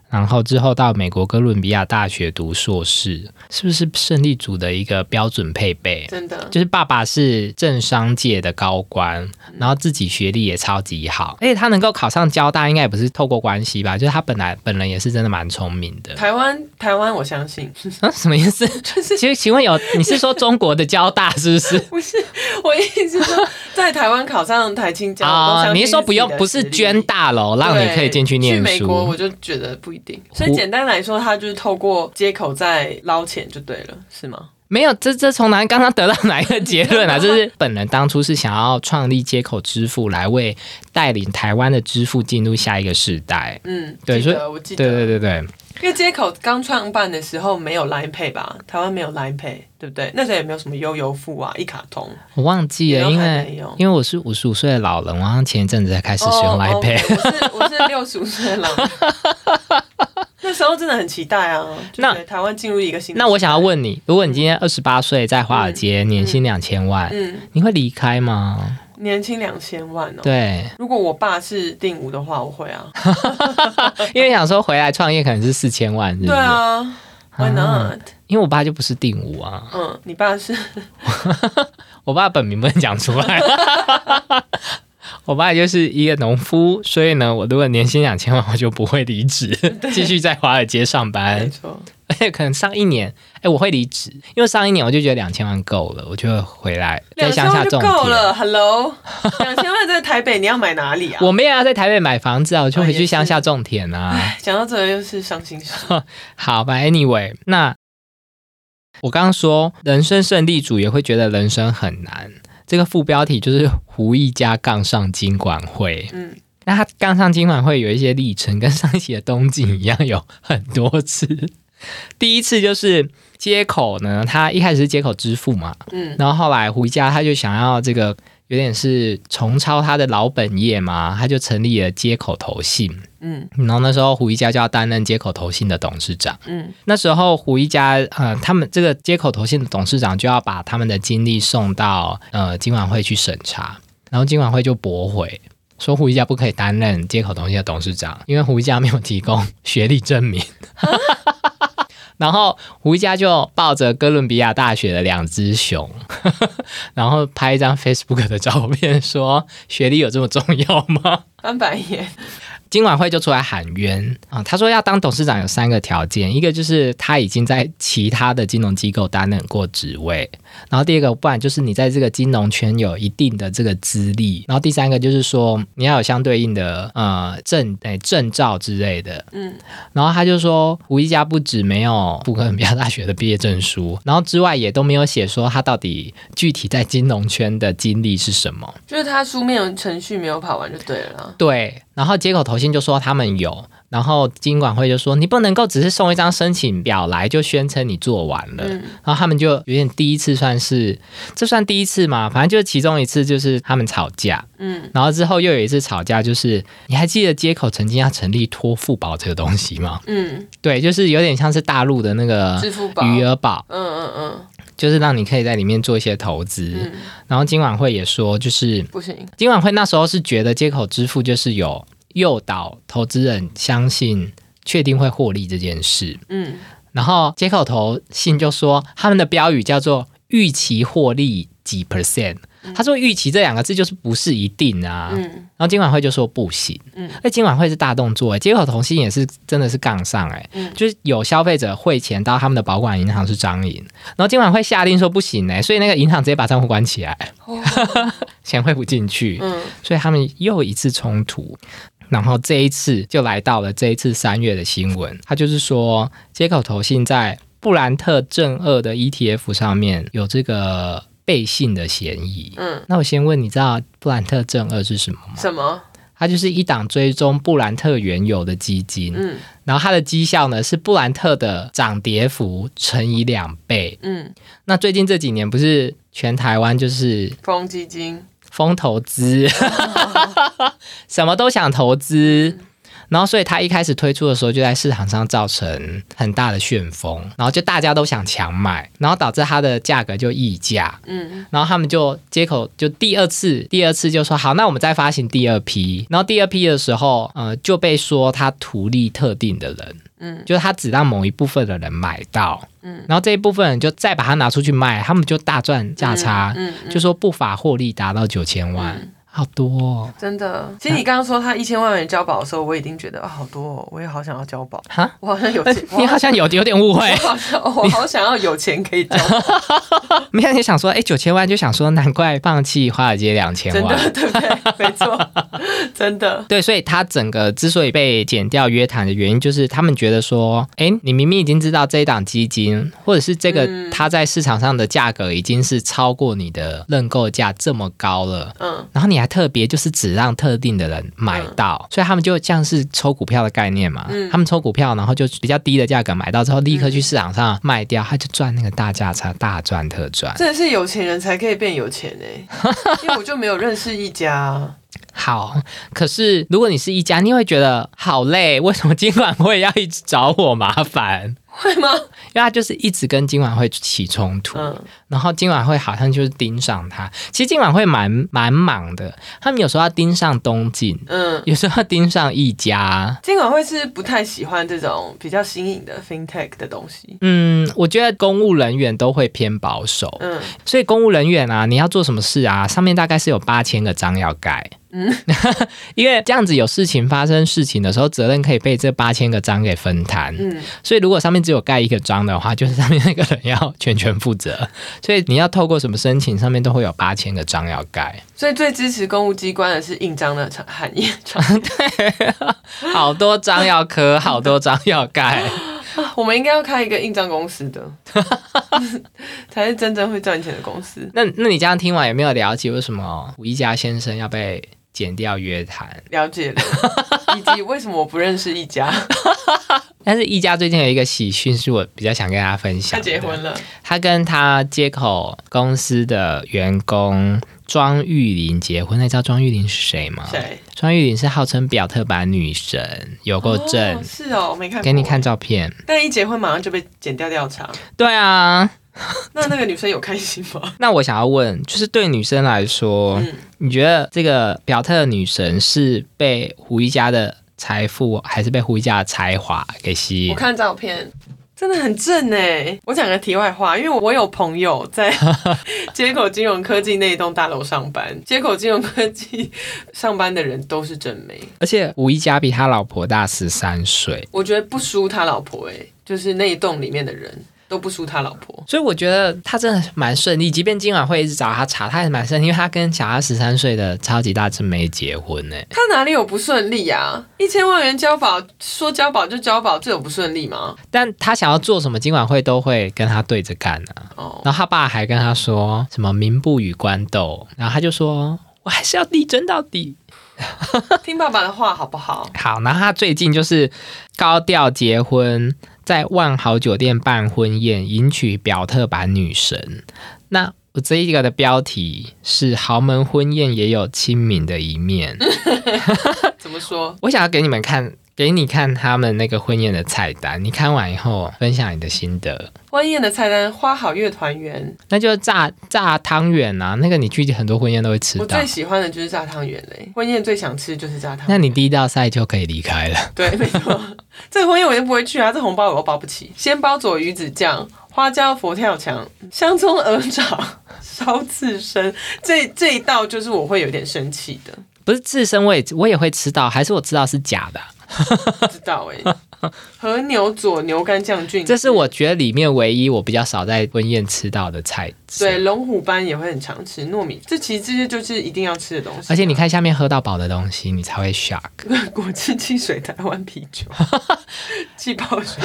Speaker 2: 然后之后到美国哥伦比亚大学读硕士，是不是胜利组的一个标准配备？
Speaker 1: 真的，
Speaker 2: 就是爸爸是政商界的高官，然后自己学历也超级好，而且他能够考上交大，应该也不是透过关系吧？就是他本来本人也是真的蛮聪明 的。
Speaker 1: 台湾台湾我相信，
Speaker 2: 啊，什么意思？就是请请问有你是说中国的交大是不是？
Speaker 1: 不是我意思是说，在台湾考上台青交，我都
Speaker 2: 啊、
Speaker 1: 相信
Speaker 2: 你是说不用
Speaker 1: 自己的
Speaker 2: 不是
Speaker 1: 实力
Speaker 2: 捐大楼让你可以进去念书？
Speaker 1: 对去美国我就觉得不一定，所以
Speaker 2: 胡
Speaker 1: 简单来说，他就是透过接口在捞钱就对了，是吗？
Speaker 2: 没有，这这从哪刚刚得到哪一个结 论啊？就是本人当初是想要创立接口支付，来为带领台湾的支付进入下一个时代。
Speaker 1: 嗯，
Speaker 2: 对
Speaker 1: 记
Speaker 2: 所
Speaker 1: 得我记
Speaker 2: 对
Speaker 1: 得，
Speaker 2: 对对对，
Speaker 1: 因为接口刚创办的时候没有 Line Pay 吧，台湾没有 Line Pay，对不对？那时候也没有什么悠游付啊、一卡通，
Speaker 2: 我忘记了，
Speaker 1: 没有
Speaker 2: 因
Speaker 1: 还没
Speaker 2: 为
Speaker 1: 有
Speaker 2: 因为我是五十五岁的老人，我好像前一阵子才开始使用 iPad。
Speaker 1: 哦哦我是我是六十五岁了。 那时候真的很期待啊！就
Speaker 2: 那
Speaker 1: 觉得台湾进入一个新的
Speaker 2: 那我想要
Speaker 1: 时代，
Speaker 2: 问你，如果你今天二十八岁，在华尔街年薪两千万，
Speaker 1: 嗯，
Speaker 2: 你会离开吗？
Speaker 1: 年薪两千万哦。
Speaker 2: 对，
Speaker 1: 如果我爸是定五的话，我会啊。
Speaker 2: 因为想说回来创业可能是四千万，是不
Speaker 1: 对
Speaker 2: 是？
Speaker 1: 啊，Why
Speaker 2: 啊
Speaker 1: not？
Speaker 2: 因为我爸就不是定五啊。
Speaker 1: 嗯，你爸是
Speaker 2: 我爸本名不能讲出来。我爸就是一个农夫，所以呢，我如果年薪两千万，我就不会离职，继续在华尔街上
Speaker 1: 没
Speaker 2: 班。
Speaker 1: 错，
Speaker 2: 而且可能上一年，哎、我会离职，因为上一年我就觉得两千万够了，我就会回来在
Speaker 1: 两千
Speaker 2: 乡下
Speaker 1: 万就
Speaker 2: 种啊
Speaker 1: 够
Speaker 2: 田。
Speaker 1: 了。Hello，两 千万在台北，你要买哪里啊？
Speaker 2: 我没有要在台北买房子啊，我就
Speaker 1: 哦
Speaker 2: 回
Speaker 1: 也
Speaker 2: 去
Speaker 1: 是
Speaker 2: 乡下种田啊。
Speaker 1: 讲到这个又是伤心事。
Speaker 2: 好吧，anyway，那我刚刚说人生胜利组也会觉得人生很难，这个副标题就是胡一家杠上金管会。
Speaker 1: 嗯，
Speaker 2: 那他刚上金管会有一些历程，跟上一期的东京一样，有很多次。 第一次就是接口呢，他一开始是接口支付嘛，
Speaker 1: 嗯，
Speaker 2: 然后后来胡一家他就想要这个有点是重抄他的老本业嘛，他就成立了接口投信。
Speaker 1: 嗯
Speaker 2: 然后那时候胡一家就要担任接口投信的董事长。
Speaker 1: 嗯
Speaker 2: 那时候胡一家呃，他们这个接口投信的董事长就要把他们的经历送到呃金管会去审查，然后金管会就驳回。说胡一家不可以担任接口投信的董事长，因为胡一家没有提供学历证明。 然后胡一家就抱着哥伦比亚大学的两只熊， 然后拍一张 Facebook 的照片，说学历有这么重要吗？
Speaker 1: 翻白眼。
Speaker 2: 今晚会就出来喊冤啊！他说要当董事长有三个条件，一个就是他已经在其他的金融机构担任过职位，然后第二个不然就是你在这个金融圈有一定的这个资历，然后第三个就是说你要有相对应的呃证诶、证照之类的。
Speaker 1: 嗯，
Speaker 2: 然后他就说胡一家不止没有布克伦比亚大学的毕业证书，然后之外也都没有写说他到底具体在金融圈的经历是什么。
Speaker 1: 就是他书面程序没有跑完就对了啦。
Speaker 2: 对，然后接口投信就说他们有，然后金管会就说你不能够只是送一张申请表来就宣称你做完了，
Speaker 1: 嗯
Speaker 2: 然后他们就有点第一次算是，这算第一次嘛，反正就是其中一次就是他们吵架，
Speaker 1: 嗯，
Speaker 2: 然后之后又有一次吵架，就是你还记得接口曾经要成立托付宝这个东西吗？
Speaker 1: 嗯，
Speaker 2: 对，就是有点像是大陆的那个
Speaker 1: 支付宝，
Speaker 2: 余
Speaker 1: 嗯
Speaker 2: 额宝，
Speaker 1: 嗯嗯
Speaker 2: 就是让你可以在里面做一些投资，
Speaker 1: 嗯，
Speaker 2: 然后金管会也说就是
Speaker 1: 不行，
Speaker 2: 金管会那时候是觉得接口支付就是有诱导投资人相信确定会获利这件事，
Speaker 1: 嗯，
Speaker 2: 然后接口投信就说他们的标语叫做“预期获利几 percent”。他说“预期”这两个字就是不是一定啊，
Speaker 1: 嗯
Speaker 2: 然后金管会就说不行，
Speaker 1: 嗯
Speaker 2: 那金管会是大动作、欸，接口投信也是真的是杠上哎、
Speaker 1: 嗯
Speaker 2: 就是有消费者汇钱到他们的保管银行是张银，然后金管会下令说不行哎、所以那个银行直接把账户关起来，
Speaker 1: 哦
Speaker 2: 钱汇不进去，
Speaker 1: 嗯
Speaker 2: 所以他们又一次冲突。然后这一次就来到了这一次三月的新闻，他就是说 E 接口投信在布兰特正二的 ETF 上面有这个背信的嫌疑。
Speaker 1: 嗯，
Speaker 2: 那我先问，你知道布兰特正二是什么吗？
Speaker 1: 什么？
Speaker 2: 它就是一档追踪布兰特原油的基金，
Speaker 1: 嗯
Speaker 2: 然后它的绩效呢是布兰特的涨跌幅乘以两倍。
Speaker 1: 嗯，
Speaker 2: 那最近这几年不是全台湾就是
Speaker 1: 风基金，
Speaker 2: 疯投资，
Speaker 1: 哦
Speaker 2: 什么都想投资。然后，所以它一开始推出的时候，就在市场上造成很大的旋风，然后就大家都想强买，然后导致它的价格就溢价，
Speaker 1: 嗯
Speaker 2: 然后他们就接口就第二次，第二次就说好，那我们再发行第二批。然后第二批的时候，呃，就被说他图利特定的人，
Speaker 1: 嗯
Speaker 2: 就是他只让某一部分的人买到，
Speaker 1: 嗯
Speaker 2: 然后这一部分人就再把它拿出去卖，他们就大赚价差，
Speaker 1: 嗯，嗯
Speaker 2: 就说不法获利达到九千万，好多、 哦。
Speaker 1: 真的。其实你刚刚说他一千万元交保的时候，我已经觉得啊，好多哦，我也好想要交保，
Speaker 2: 哈，
Speaker 1: 我好像有钱，
Speaker 2: 你好像有有点误会
Speaker 1: 哎我，好像我好想要有钱可以交，
Speaker 2: 没有你想说，哎，九千万就想说，难怪放弃华尔街两千
Speaker 1: 真
Speaker 2: 万，
Speaker 1: 的对不对？没 错，真的。
Speaker 2: 对，所以他整个之所以被减掉约谈的原因，就是他们觉得说，哎，你明明已经知道这一档基金，或者是这个
Speaker 1: 嗯
Speaker 2: 它在市场上的价格已经是超过你的认购价这么高了。
Speaker 1: 嗯，
Speaker 2: 然后你还特别就是只让特定的人买到，所以他们就像是抽股票的概念嘛，
Speaker 1: 嗯
Speaker 2: 他们抽股票，然后就比较低的价格买到之后，立刻去市场上卖掉，他就赚那个大价差，大赚特赚。
Speaker 1: 真的是有钱人才可以变有钱 哎、因为我就没有认识一家啊，
Speaker 2: 好，可是如果你是一家，你会觉得好累，为什么今晚会要一直找我麻烦？
Speaker 1: 会吗？
Speaker 2: 因为他就是一直跟今晚会起冲突，
Speaker 1: 嗯
Speaker 2: 然后今晚会好像就是盯上他。其实今晚会蛮蛮忙的，他们有时候要盯上东进，
Speaker 1: 嗯，
Speaker 2: 有时候要盯上一家。
Speaker 1: 金管会是不太喜欢这种比较新颖的 fintech 的东西。
Speaker 2: 嗯，我觉得公务人员都会偏保守，
Speaker 1: 嗯，
Speaker 2: 所以公务人员啊，你要做什么事啊，上面大概是有八千个章要盖。嗯
Speaker 1: 嗯，
Speaker 2: 因为这样子有事情发生事情的时候，责任可以被这八千个章给分摊。
Speaker 1: 嗯，
Speaker 2: 所以如果上面只有盖一个章的话， 就是上面那个人要全权负责。所以你要透过什么申请，上面都会有八千个章要盖，
Speaker 1: 所以最支持公务机关的是印章的产行业， 产业
Speaker 2: 好多章要刻，好多章要盖。
Speaker 1: 我们应该要开一个印章公司的，才是真正会赚钱的公司。
Speaker 2: 那那你这样听完有没有了解为什么胡一家先生要被剪掉约谈？
Speaker 1: 了解 了，以及为什么我不认识一家，
Speaker 2: 但是一家最近有一个喜讯，是我比较想跟大家分享
Speaker 1: 他
Speaker 2: 的。
Speaker 1: 结婚了，
Speaker 2: 他跟他接口公司的员工庄玉玲结婚，那你知道庄玉玲是谁吗？
Speaker 1: 谁？
Speaker 2: 庄玉玲是号称表特版女神，有够正。
Speaker 1: 哦是哦，我没看过。
Speaker 2: 给你看，照片。
Speaker 1: 但一结婚马上就被剪掉调查。
Speaker 2: 对啊，
Speaker 1: 那那个女生有开心吗？
Speaker 2: 那我想要问，就是对女生来说，
Speaker 1: 嗯
Speaker 2: 你觉得这个表特的女神是被胡一家的财富，还是被胡一家的才华给吸
Speaker 1: 我
Speaker 2: 引？
Speaker 1: 看照片，真的很正哎。我讲个题外话，因为我有朋友在接口金融科技那一栋大楼上班，接口金融科技上班的人都是正妹，
Speaker 2: 而且胡一家比他老婆大十三岁，
Speaker 1: 我觉得不输他老婆哎，就是那一栋里面的人都不输他老婆。
Speaker 2: 所以我觉得他真的蛮顺利。即便今晚会一直找他查，他也蛮顺利，因为他跟小他十三岁的超级大正妹结婚呢、
Speaker 1: 他哪里有不顺利啊？一千万元交保，说交保就交保，这有不顺利吗？
Speaker 2: 但他想要做什么，今晚会都会跟他对着干啊。
Speaker 1: 哦，
Speaker 2: 然后他爸还跟他说什么“民不与官斗”，然后他就说：“我还是要力争到底。
Speaker 1: 听爸爸的话好不好”？
Speaker 2: 好，然后他最近就是高调结婚，在万豪酒店办婚宴，迎娶表特版女神。那我这一个的标题是“豪门婚宴也有亲民的一面”，
Speaker 1: 怎么说？
Speaker 2: 我想要给你们看。给你看他们那个婚宴的菜单，你看完以后分享你的心得。
Speaker 1: 婚宴的菜单，花好月团圆，
Speaker 2: 那就是炸炸汤圆啊，那个你去很多婚宴都会吃
Speaker 1: 我
Speaker 2: 到
Speaker 1: 最。喜欢的就是炸汤圆嘞。婚宴最想吃就是炸汤圆。
Speaker 2: 那你第一道菜就可以离开了。
Speaker 1: 对，没 错，这个婚宴我就不会去啊，这红包我又包不起。先包佐鱼子酱、花椒佛跳墙、香葱鹅掌、烧刺身，这这一道就是我会有点生气 的，
Speaker 2: 不是刺身，我也我也会吃到，还是我知道是假的啊、
Speaker 1: 不知道哎、和牛佐牛肝酱菌，
Speaker 2: 这是我觉得里面唯一我比较少在婚宴吃到的菜色
Speaker 1: 对，龙虎斑也会很常吃，糯米，这其实这些就是一定要吃的东西。
Speaker 2: 而且你看下面喝到饱的东西，你才 会 shock。
Speaker 1: 果汁汽水、台湾啤酒、气泡水，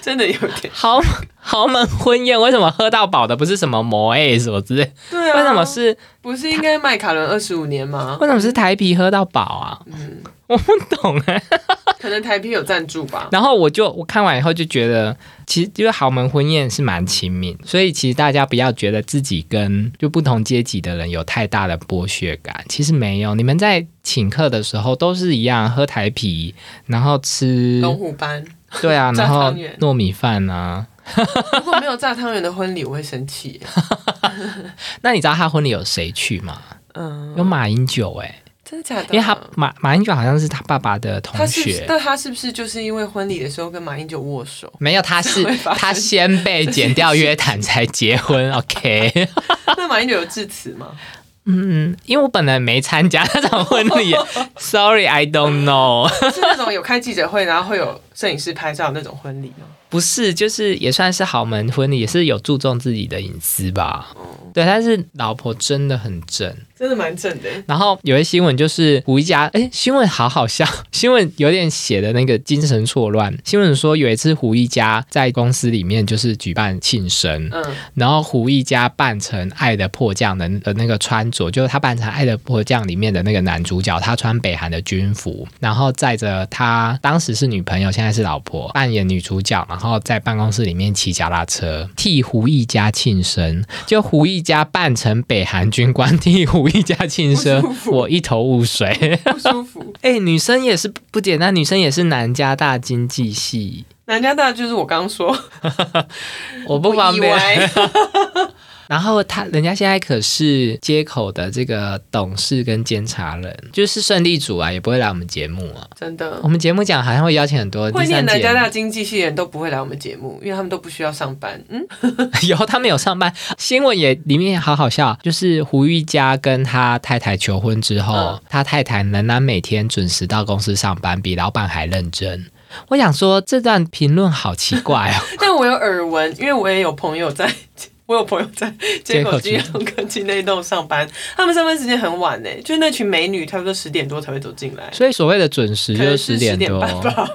Speaker 1: 真的有点。
Speaker 2: 豪豪门婚宴为什么喝到饱的不是什么摩艾什么之类？
Speaker 1: 对啊，
Speaker 2: 为什么是
Speaker 1: 不是应该麦卡伦二十五年吗？
Speaker 2: 为什么是台啤喝到饱啊？
Speaker 1: 嗯，
Speaker 2: 我不懂哎、
Speaker 1: 可能台啤有赞助吧。
Speaker 2: 然后我就我看完以后就觉得，其实因为豪门婚宴是蛮亲密，所以其实大家不要觉得自己跟就不同阶级的人有太大的剥削感，其实没有。你们在请客的时候都是一样，喝台啤，然后吃
Speaker 1: 龙虎斑，
Speaker 2: 对啊，
Speaker 1: 炸
Speaker 2: 然后
Speaker 1: 汤圆
Speaker 2: 糯米饭啊。
Speaker 1: 如果没有炸汤圆的婚礼，我会生气耶。
Speaker 2: 那你知道他婚礼有谁去吗？
Speaker 1: 嗯，
Speaker 2: 有马英九哎、
Speaker 1: 真的假的？
Speaker 2: 因为他马马英九好像是他爸爸的同
Speaker 1: 他是不是
Speaker 2: 学，
Speaker 1: 那他是不是就是因为婚礼的时候跟马英九握手？
Speaker 2: 没有，他
Speaker 1: 怎
Speaker 2: 是
Speaker 1: 么会发生
Speaker 2: 他先被剪掉约谈才结婚。OK，
Speaker 1: 那马英九有致辞吗？
Speaker 2: 嗯，因为我本来没参加那场婚礼，Sorry，I don't know。
Speaker 1: 是那种有开记者会，然后会有摄影师拍照的那种婚礼吗？
Speaker 2: 不是，就是也算是豪门婚礼，也是有注重自己的隐私吧。对，但是老婆真的很正。
Speaker 1: 真的蛮正的耶。
Speaker 2: 然后有一新闻就是胡一家，哎，新闻好好笑，新闻有点写的那个精神错乱。新闻说有一次胡一家在公司里面就是举办庆生，
Speaker 1: 嗯，
Speaker 2: 然后胡一家扮成《爱的迫降》的的那个穿着，就是他扮成《爱的迫降》里面的那个男主角，他穿北韩的军服，然后载着他当时是女朋友，现在是老婆，扮演女主角，然后在办公室里面骑脚踏车替胡一家庆生，就胡一家扮成北韩军官替胡一家庆
Speaker 1: 不舒
Speaker 2: 生，
Speaker 1: 服
Speaker 2: 我一头雾水。
Speaker 1: 不舒服。
Speaker 2: 哎、女生也是不不简单，女生也是南加大经济系，
Speaker 1: 南加大就是我刚说，
Speaker 2: 我不方便。
Speaker 1: 意外
Speaker 2: 然后他人家现在可是街口的这个董事跟监察人，就是胜利组啊，也不会来我们节目啊。
Speaker 1: 真的
Speaker 2: 我。们节目讲好像会邀请很多
Speaker 1: 会
Speaker 2: 第
Speaker 1: 念
Speaker 2: 三
Speaker 1: 南
Speaker 2: 节
Speaker 1: 加大经济系的人都不会来我们节目，因为他们都不需要上班。嗯，
Speaker 2: 有他们有上班，新闻也里面好好笑，就是胡玉佳跟他太太求婚之后，
Speaker 1: 嗯
Speaker 2: 他太太仍然每天准时到公司上班，比老板还认真。我想说这段评论好奇怪 哦，
Speaker 1: 但我有耳闻，因为我也有朋友在， 我有朋友在街口金
Speaker 2: 街口
Speaker 1: 融跟金内洞上班，他们上班时间很晚呢，就那群美女差不多十点多才会走进来，
Speaker 2: 所以所谓的准时
Speaker 1: 可
Speaker 2: 就
Speaker 1: 能
Speaker 2: 是
Speaker 1: 是
Speaker 2: 十点多。
Speaker 1: 半 吧。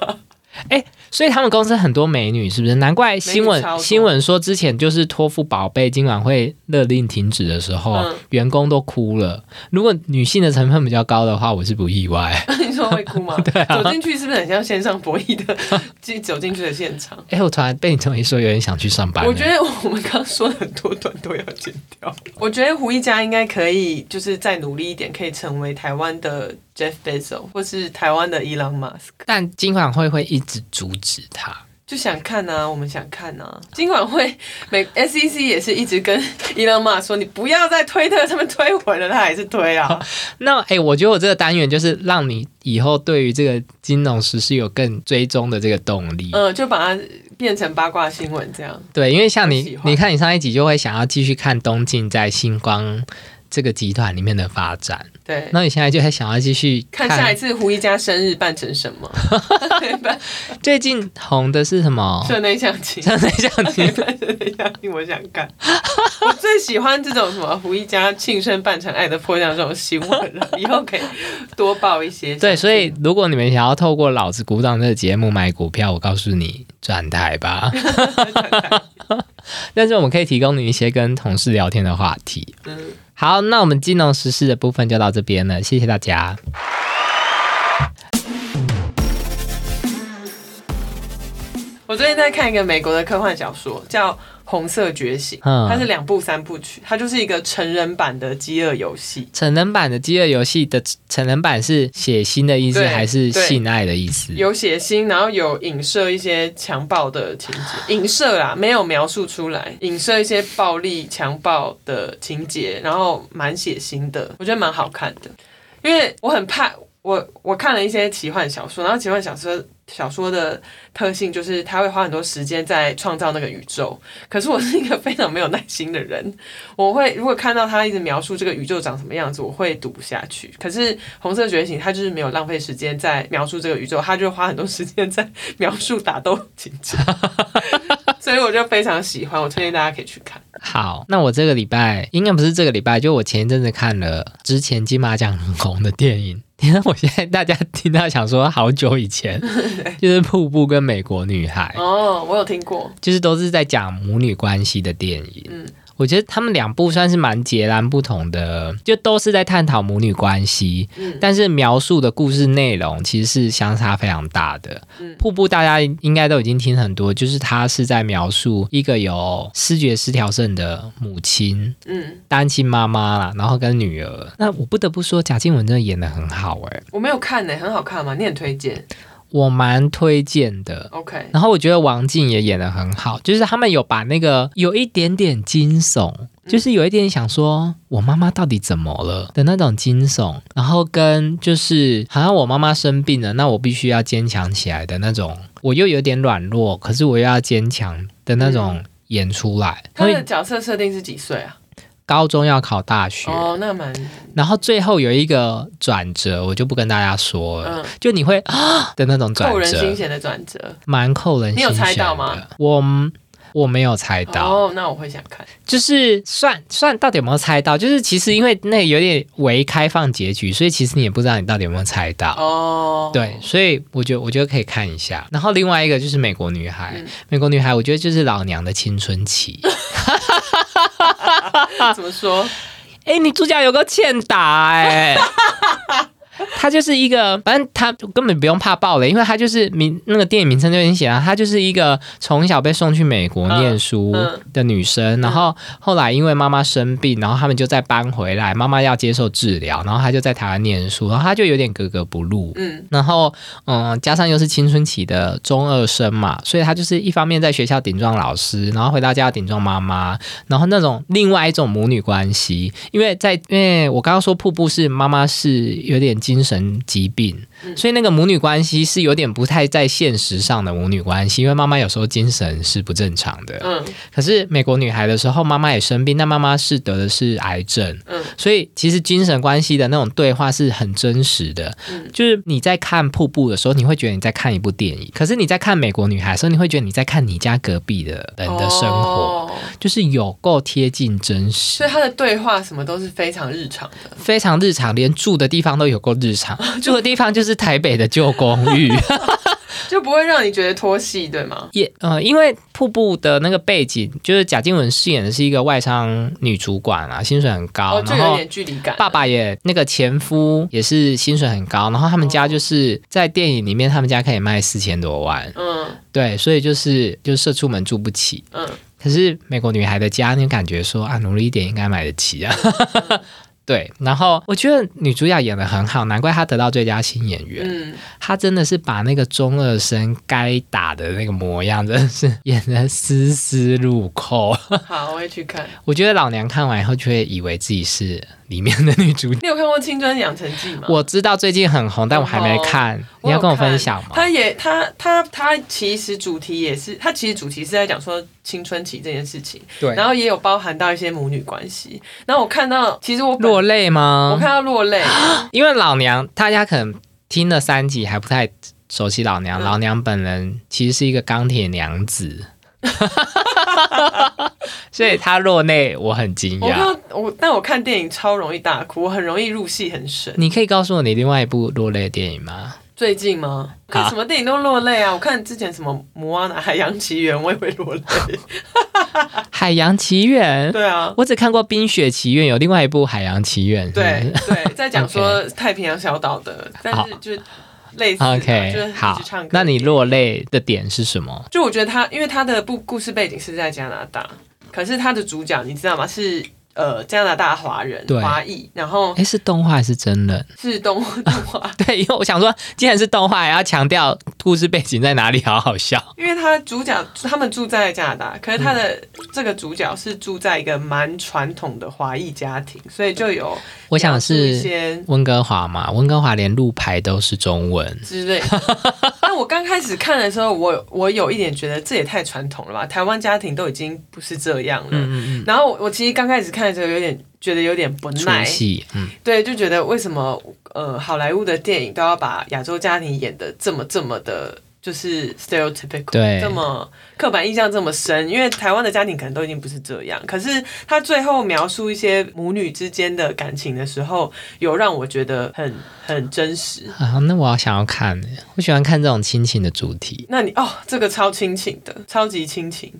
Speaker 2: 所以他们公司很多美女，是不是？难怪新
Speaker 1: 美女超
Speaker 2: 闻
Speaker 1: 多
Speaker 2: 新闻说之前就是托付宝贝今晚会勒令停止的时候，
Speaker 1: 嗯
Speaker 2: 员工都哭了。如果女性的成分比较高的话，我是不意 外。
Speaker 1: 你说会哭吗？
Speaker 2: 啊
Speaker 1: 走进去是不是很像线上博弈 的进走进去的现场？
Speaker 2: 哎、我突然被你这么一说，有点想去上班了。
Speaker 1: 我
Speaker 2: 欸
Speaker 1: 觉得我们刚说的很多段都要剪掉。我觉得胡一家应该可以，就是再努力一点，可以成为台湾的 Jeff Bezos 或是台湾的 Elon Musk。
Speaker 2: 但今晚会会一直阻止他。
Speaker 1: 就想看啊，我们想看啊。尽管会美 SEC 也是一直跟 Elon Musk 说，你不要在推特上面推文了，他还是推啊。
Speaker 2: 那哎、诶我觉得我这个单元就是让你以后对于这个金融时事有更追踪的这个动力。
Speaker 1: 嗯，就把它变成八卦新闻这样。
Speaker 2: 对，因为像
Speaker 1: 我喜
Speaker 2: 你，
Speaker 1: 欢
Speaker 2: 你看你上一集就会想要继续看东晋在星光这个集团里面的发展。
Speaker 1: 对。
Speaker 2: 那你现在就还想要继续
Speaker 1: 看下一次胡一家生日办成什么？可以办
Speaker 2: 最近红的是什么？
Speaker 1: 社内相亲，
Speaker 2: 真的 像
Speaker 1: 可以
Speaker 2: 你
Speaker 1: 办社内相亲，我想看。我最喜欢这种什么胡一家庆生办成爱的迫降这种新闻了，以后可以多报一些。
Speaker 2: 对，所以如果你们想要透过《老子鼓掌》这个节目买股票，我告诉你转台吧。 但是我们可以提供你一些跟同事聊天的话题。
Speaker 1: 嗯，
Speaker 2: 好，那我们金融时事的部分就到这边了，谢谢大家。
Speaker 1: 我最近在看一个美国的科幻小说，叫《红色觉醒》，
Speaker 2: 嗯
Speaker 1: 它是两部三部曲，它就是一个成人版的饥饿游戏。
Speaker 2: 成人版的《饥饿游戏》的成人版是血腥的意思
Speaker 1: 对
Speaker 2: 还是
Speaker 1: 对
Speaker 2: 性爱的意思？
Speaker 1: 有血腥，然后有影射一些强暴的情节，影射啦，没有描述出来，影射一些暴力、强暴的情节，然后蛮血腥的，我觉得蛮好看的。因为我很怕，我我看了一些奇幻小说，然后奇幻小说小说的特性就是它会花很多时间在创造那个宇宙，可是我是一个非常没有耐心的人，我会如果看到他一直描述这个宇宙长什么样子，我会读不下去。可是《红色觉醒》它就是没有浪费时间在描述这个宇宙，它就花很多时间在描述打斗 情节，所以我就非常喜欢，我推荐大家可以去看。
Speaker 2: 好，那我这个礼拜应该不是这个礼拜，就我前一阵子看了之前金马奖很红的电影《 天啊，我现在大家听到想说好久以前，就是《瀑布》跟《美国女孩》，
Speaker 1: 哦，我有听过，
Speaker 2: 就是都是在讲母女关系的电影。
Speaker 1: 嗯
Speaker 2: 我觉得他们两部算是蛮截然不同的，就都是在探讨母女关系，
Speaker 1: 嗯，
Speaker 2: 但是描述的故事内容其实是相差非常大的。
Speaker 1: 嗯
Speaker 2: 瀑布大家应该都已经听很多，就是它是在描述一个有视觉失调症的母亲，
Speaker 1: 嗯，
Speaker 2: 单亲妈妈啦，然后跟女儿。那我不得不说，贾静雯真的演的很好欸诶、
Speaker 1: 我没有看呢、很好看吗？你很推荐
Speaker 2: 我蛮推荐的。
Speaker 1: ？OK，
Speaker 2: 然后我觉得王静也演的很好，就是他们有把那个有一点点惊悚，就是有一点想说我妈妈到底怎么了的那种惊悚，然后跟就是好像我妈妈生病了，那我必须要坚强起来的那种，我又有点软弱，可是我又要坚强的那
Speaker 1: 嗯
Speaker 2: 种演出来。
Speaker 1: 他
Speaker 2: 所以
Speaker 1: 的角色设定是几岁啊？
Speaker 2: 高中要考大学，
Speaker 1: 哦，那蛮，
Speaker 2: 然后最后有一个转折，我就不跟大家说了，
Speaker 1: 嗯，
Speaker 2: 就你会啊的那种转折，
Speaker 1: 扣人心弦的转折。
Speaker 2: 蛮扣人心弦的。
Speaker 1: 你有猜到吗？
Speaker 2: 我我没有猜到，
Speaker 1: 哦，那我会想看。
Speaker 2: 就是算算到底有没有猜到？就是其实因为那有点为开放结局，所以其实你也不知道你到底有没有猜到。
Speaker 1: 哦，
Speaker 2: 对，，所以我觉得我觉得可以看一下。然后另外一个就是美国女孩《美国女孩》，
Speaker 1: 嗯
Speaker 2: 我觉得就是老娘的青春期。
Speaker 1: 怎么说？
Speaker 2: 哎、你主角有个欠打 哎、他就是一个，反正他根本不用怕暴雷，因为他就是名那个电影名称就已经写了，他就是一个从小被送去美国念书
Speaker 1: 嗯嗯
Speaker 2: 的女生，然后后来因为妈妈生病，然后他们就再搬回来，妈妈要接受治疗，然后她就在台湾念书，然后她就有点格格不入。
Speaker 1: 嗯
Speaker 2: 然后，嗯，加上又是青春期的中二生嘛，所以他就是一方面在学校顶撞老师，然后回到家要顶撞妈妈，然后那种另外一种母女关系，因为在因为我刚刚说瀑布是妈妈是有点精神疾病，
Speaker 1: 嗯
Speaker 2: 所以那个母女关系是有点不太在现实上的母女关系，因为妈妈有时候精神是不正常的，
Speaker 1: 嗯
Speaker 2: 可是美国女孩的时候，妈妈也生病，但妈妈是得的是癌症，
Speaker 1: 嗯
Speaker 2: 所以其实精神关系的那种对话是很真实的。
Speaker 1: 嗯
Speaker 2: 就是你在看瀑布的时候，你会觉得你在看一部电影；可是你在看美国女孩的时候，你会觉得你在看你家隔壁的人的生活，
Speaker 1: 哦
Speaker 2: 就是有够贴近真实
Speaker 1: 所，以他的对话什么都是非常日常的。
Speaker 2: 非常日常，连住的地方都有够日 常。住的地方就是台北的旧公寓。
Speaker 1: 就不会让你觉得脱戏，对吗？
Speaker 2: 也呃，因为瀑布的那个背景，就是贾静雯饰演的是一个外商女主管啊，薪水很高，
Speaker 1: 哦，就
Speaker 2: 然
Speaker 1: 有
Speaker 2: 后
Speaker 1: 点距离感。
Speaker 2: 爸爸也那个前夫也是薪水很高，然后他们家就是在电影里面，他们家可以卖四千多万，
Speaker 1: 嗯
Speaker 2: 对，所以就是就是社畜们住不起。
Speaker 1: 嗯，
Speaker 2: 可是美国女孩的家，你感觉说啊，努力一点应该买得起啊。 对，然后我觉得女主角演的很好，难怪她得到最佳新演员。
Speaker 1: 嗯，
Speaker 2: 她真的是把那个中二生该打的那个模样，真的是 演的丝丝入扣。
Speaker 1: 好，我会去看。
Speaker 2: 我觉得老娘看完以后，就会以为自己是里面的女主角。
Speaker 1: 你有看过《青春养成记》吗？
Speaker 2: 我知道最近很红，但我还没看。你
Speaker 1: 有
Speaker 2: 要跟我
Speaker 1: 看
Speaker 2: 分享吗？
Speaker 1: 他也他他他其实主题也是，他其实主题是在讲说青春期这件事情，
Speaker 2: 对
Speaker 1: 然后也有包含到一些母女关系。然后我看到，其实我本
Speaker 2: 落泪
Speaker 1: 我
Speaker 2: 吗哎
Speaker 1: 看？到落泪，
Speaker 2: 因为老娘大家可能听了三集还不太熟悉老娘，
Speaker 1: 嗯
Speaker 2: 老娘本人其实是一个钢铁娘子， 所以她落泪我很惊
Speaker 1: 我看
Speaker 2: 讶。
Speaker 1: 到我，但我看电影超容易大哭，我很容易入戏很深。
Speaker 2: 你可以告诉我你另外一部落泪的电影吗？
Speaker 1: 最近吗？
Speaker 2: 啊
Speaker 1: 看什么电影都落泪啊！我看之前什么《摩阿娜》《海洋奇缘》，我也会 落泪。
Speaker 2: 《海洋奇缘》，
Speaker 1: 对啊，
Speaker 2: 我只看过《冰雪奇缘》，有另外一部《海洋奇缘》是不是。
Speaker 1: 对对，在讲说太平洋小岛的，但
Speaker 2: 好
Speaker 1: 是就类似啊就是
Speaker 2: ，OK，
Speaker 1: 一
Speaker 2: 好
Speaker 1: 直唱歌。
Speaker 2: 那你落泪的点是什么？
Speaker 1: 就我觉得他，因为他的故故事背景是在加拿大，可是他的主角你知道吗？是呃加拿大华人
Speaker 2: 对
Speaker 1: 华裔，然后
Speaker 2: 诶，是动画还是真人？
Speaker 1: 是 动动画，
Speaker 2: 对，因为我想说，既然是动画，也要强调故事背景在哪里，好好笑。
Speaker 1: 因为他主角他们住在加拿大，可是他的
Speaker 2: 嗯
Speaker 1: 这个主角是住在一个蛮传统的华裔家庭，所以就有
Speaker 2: 我想
Speaker 1: 描述一
Speaker 2: 是
Speaker 1: 些。
Speaker 2: 温哥华嘛，温哥华连路牌都是中文。
Speaker 1: 之类 的。但我刚开始看的时候，我我有一点觉得这也太传统了吧，台湾家庭都已经不是这样了。
Speaker 2: 嗯嗯
Speaker 1: 然后我我其实刚开始看的时候有点觉得有点不
Speaker 2: 出
Speaker 1: 耐，
Speaker 2: 戏，嗯，
Speaker 1: 对，就觉得为什么呃好莱坞的电影都要把亚洲家庭演的这么这么的，就是 stereotypical，
Speaker 2: 对
Speaker 1: 这么刻板印象这么深，因为台湾的家庭可能都已经不是这样。可是他最后描述一些母女之间的感情的时候，有让我觉得很很真实。
Speaker 2: 啊，那我好想要看欸，我喜欢看这种亲情的主题。
Speaker 1: 那你哦，这个超亲情的，超级亲情，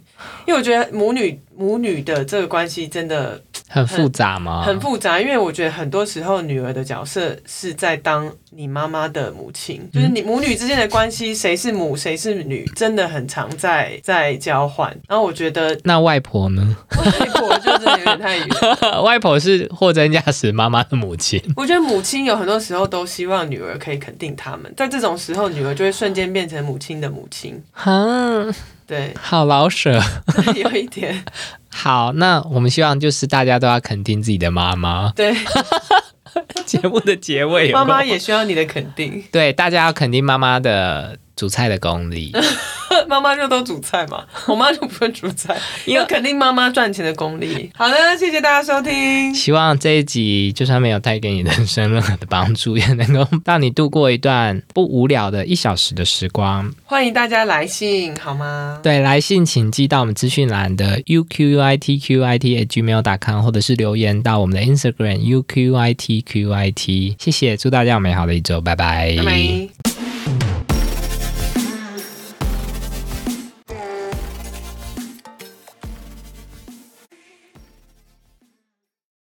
Speaker 1: 因为我觉得母女母女的这个关系真的
Speaker 2: 很复杂吗？
Speaker 1: 很复杂，因为我觉得很多时候女儿的角色是在当你妈妈的母亲，就是你母女之间的关系，谁是母谁是女，真的很常在在交换。然后我觉得
Speaker 2: 那外婆呢？
Speaker 1: 外婆就真的有点太远，
Speaker 2: 外婆是货真价实妈妈的 母亲。
Speaker 1: 我觉得母亲有很多时候都希望女儿可以肯定他们，在这种时候，女儿就会瞬间变成母亲的母亲，
Speaker 2: 哈，，
Speaker 1: 对
Speaker 2: 好老舍。
Speaker 1: 有一点
Speaker 2: 好，那我们希望就是大家都要肯定自己的妈妈。
Speaker 1: 对，
Speaker 2: 节目的结尾有
Speaker 1: 妈妈
Speaker 2: 够
Speaker 1: 也需要你的肯定，
Speaker 2: 对，大家要肯定妈妈的煮菜的功力。
Speaker 1: 妈妈就都煮菜嘛，我妈就不会煮菜，
Speaker 2: 因为
Speaker 1: 要肯定妈妈赚钱的功力。好的，谢谢大家收听。
Speaker 2: 希望这一集就算没有带给你人生任何的帮助，也能够让你度过一段不无聊的一小时的时光。
Speaker 1: 欢迎大家来信，好吗？
Speaker 2: 对，来信请寄到我们资讯栏的 u q u i t q i t at gmail.com，或者是留言到我们的 Instagram u q i t q i t。谢谢，祝大家有美好的一周，拜
Speaker 1: 拜拜。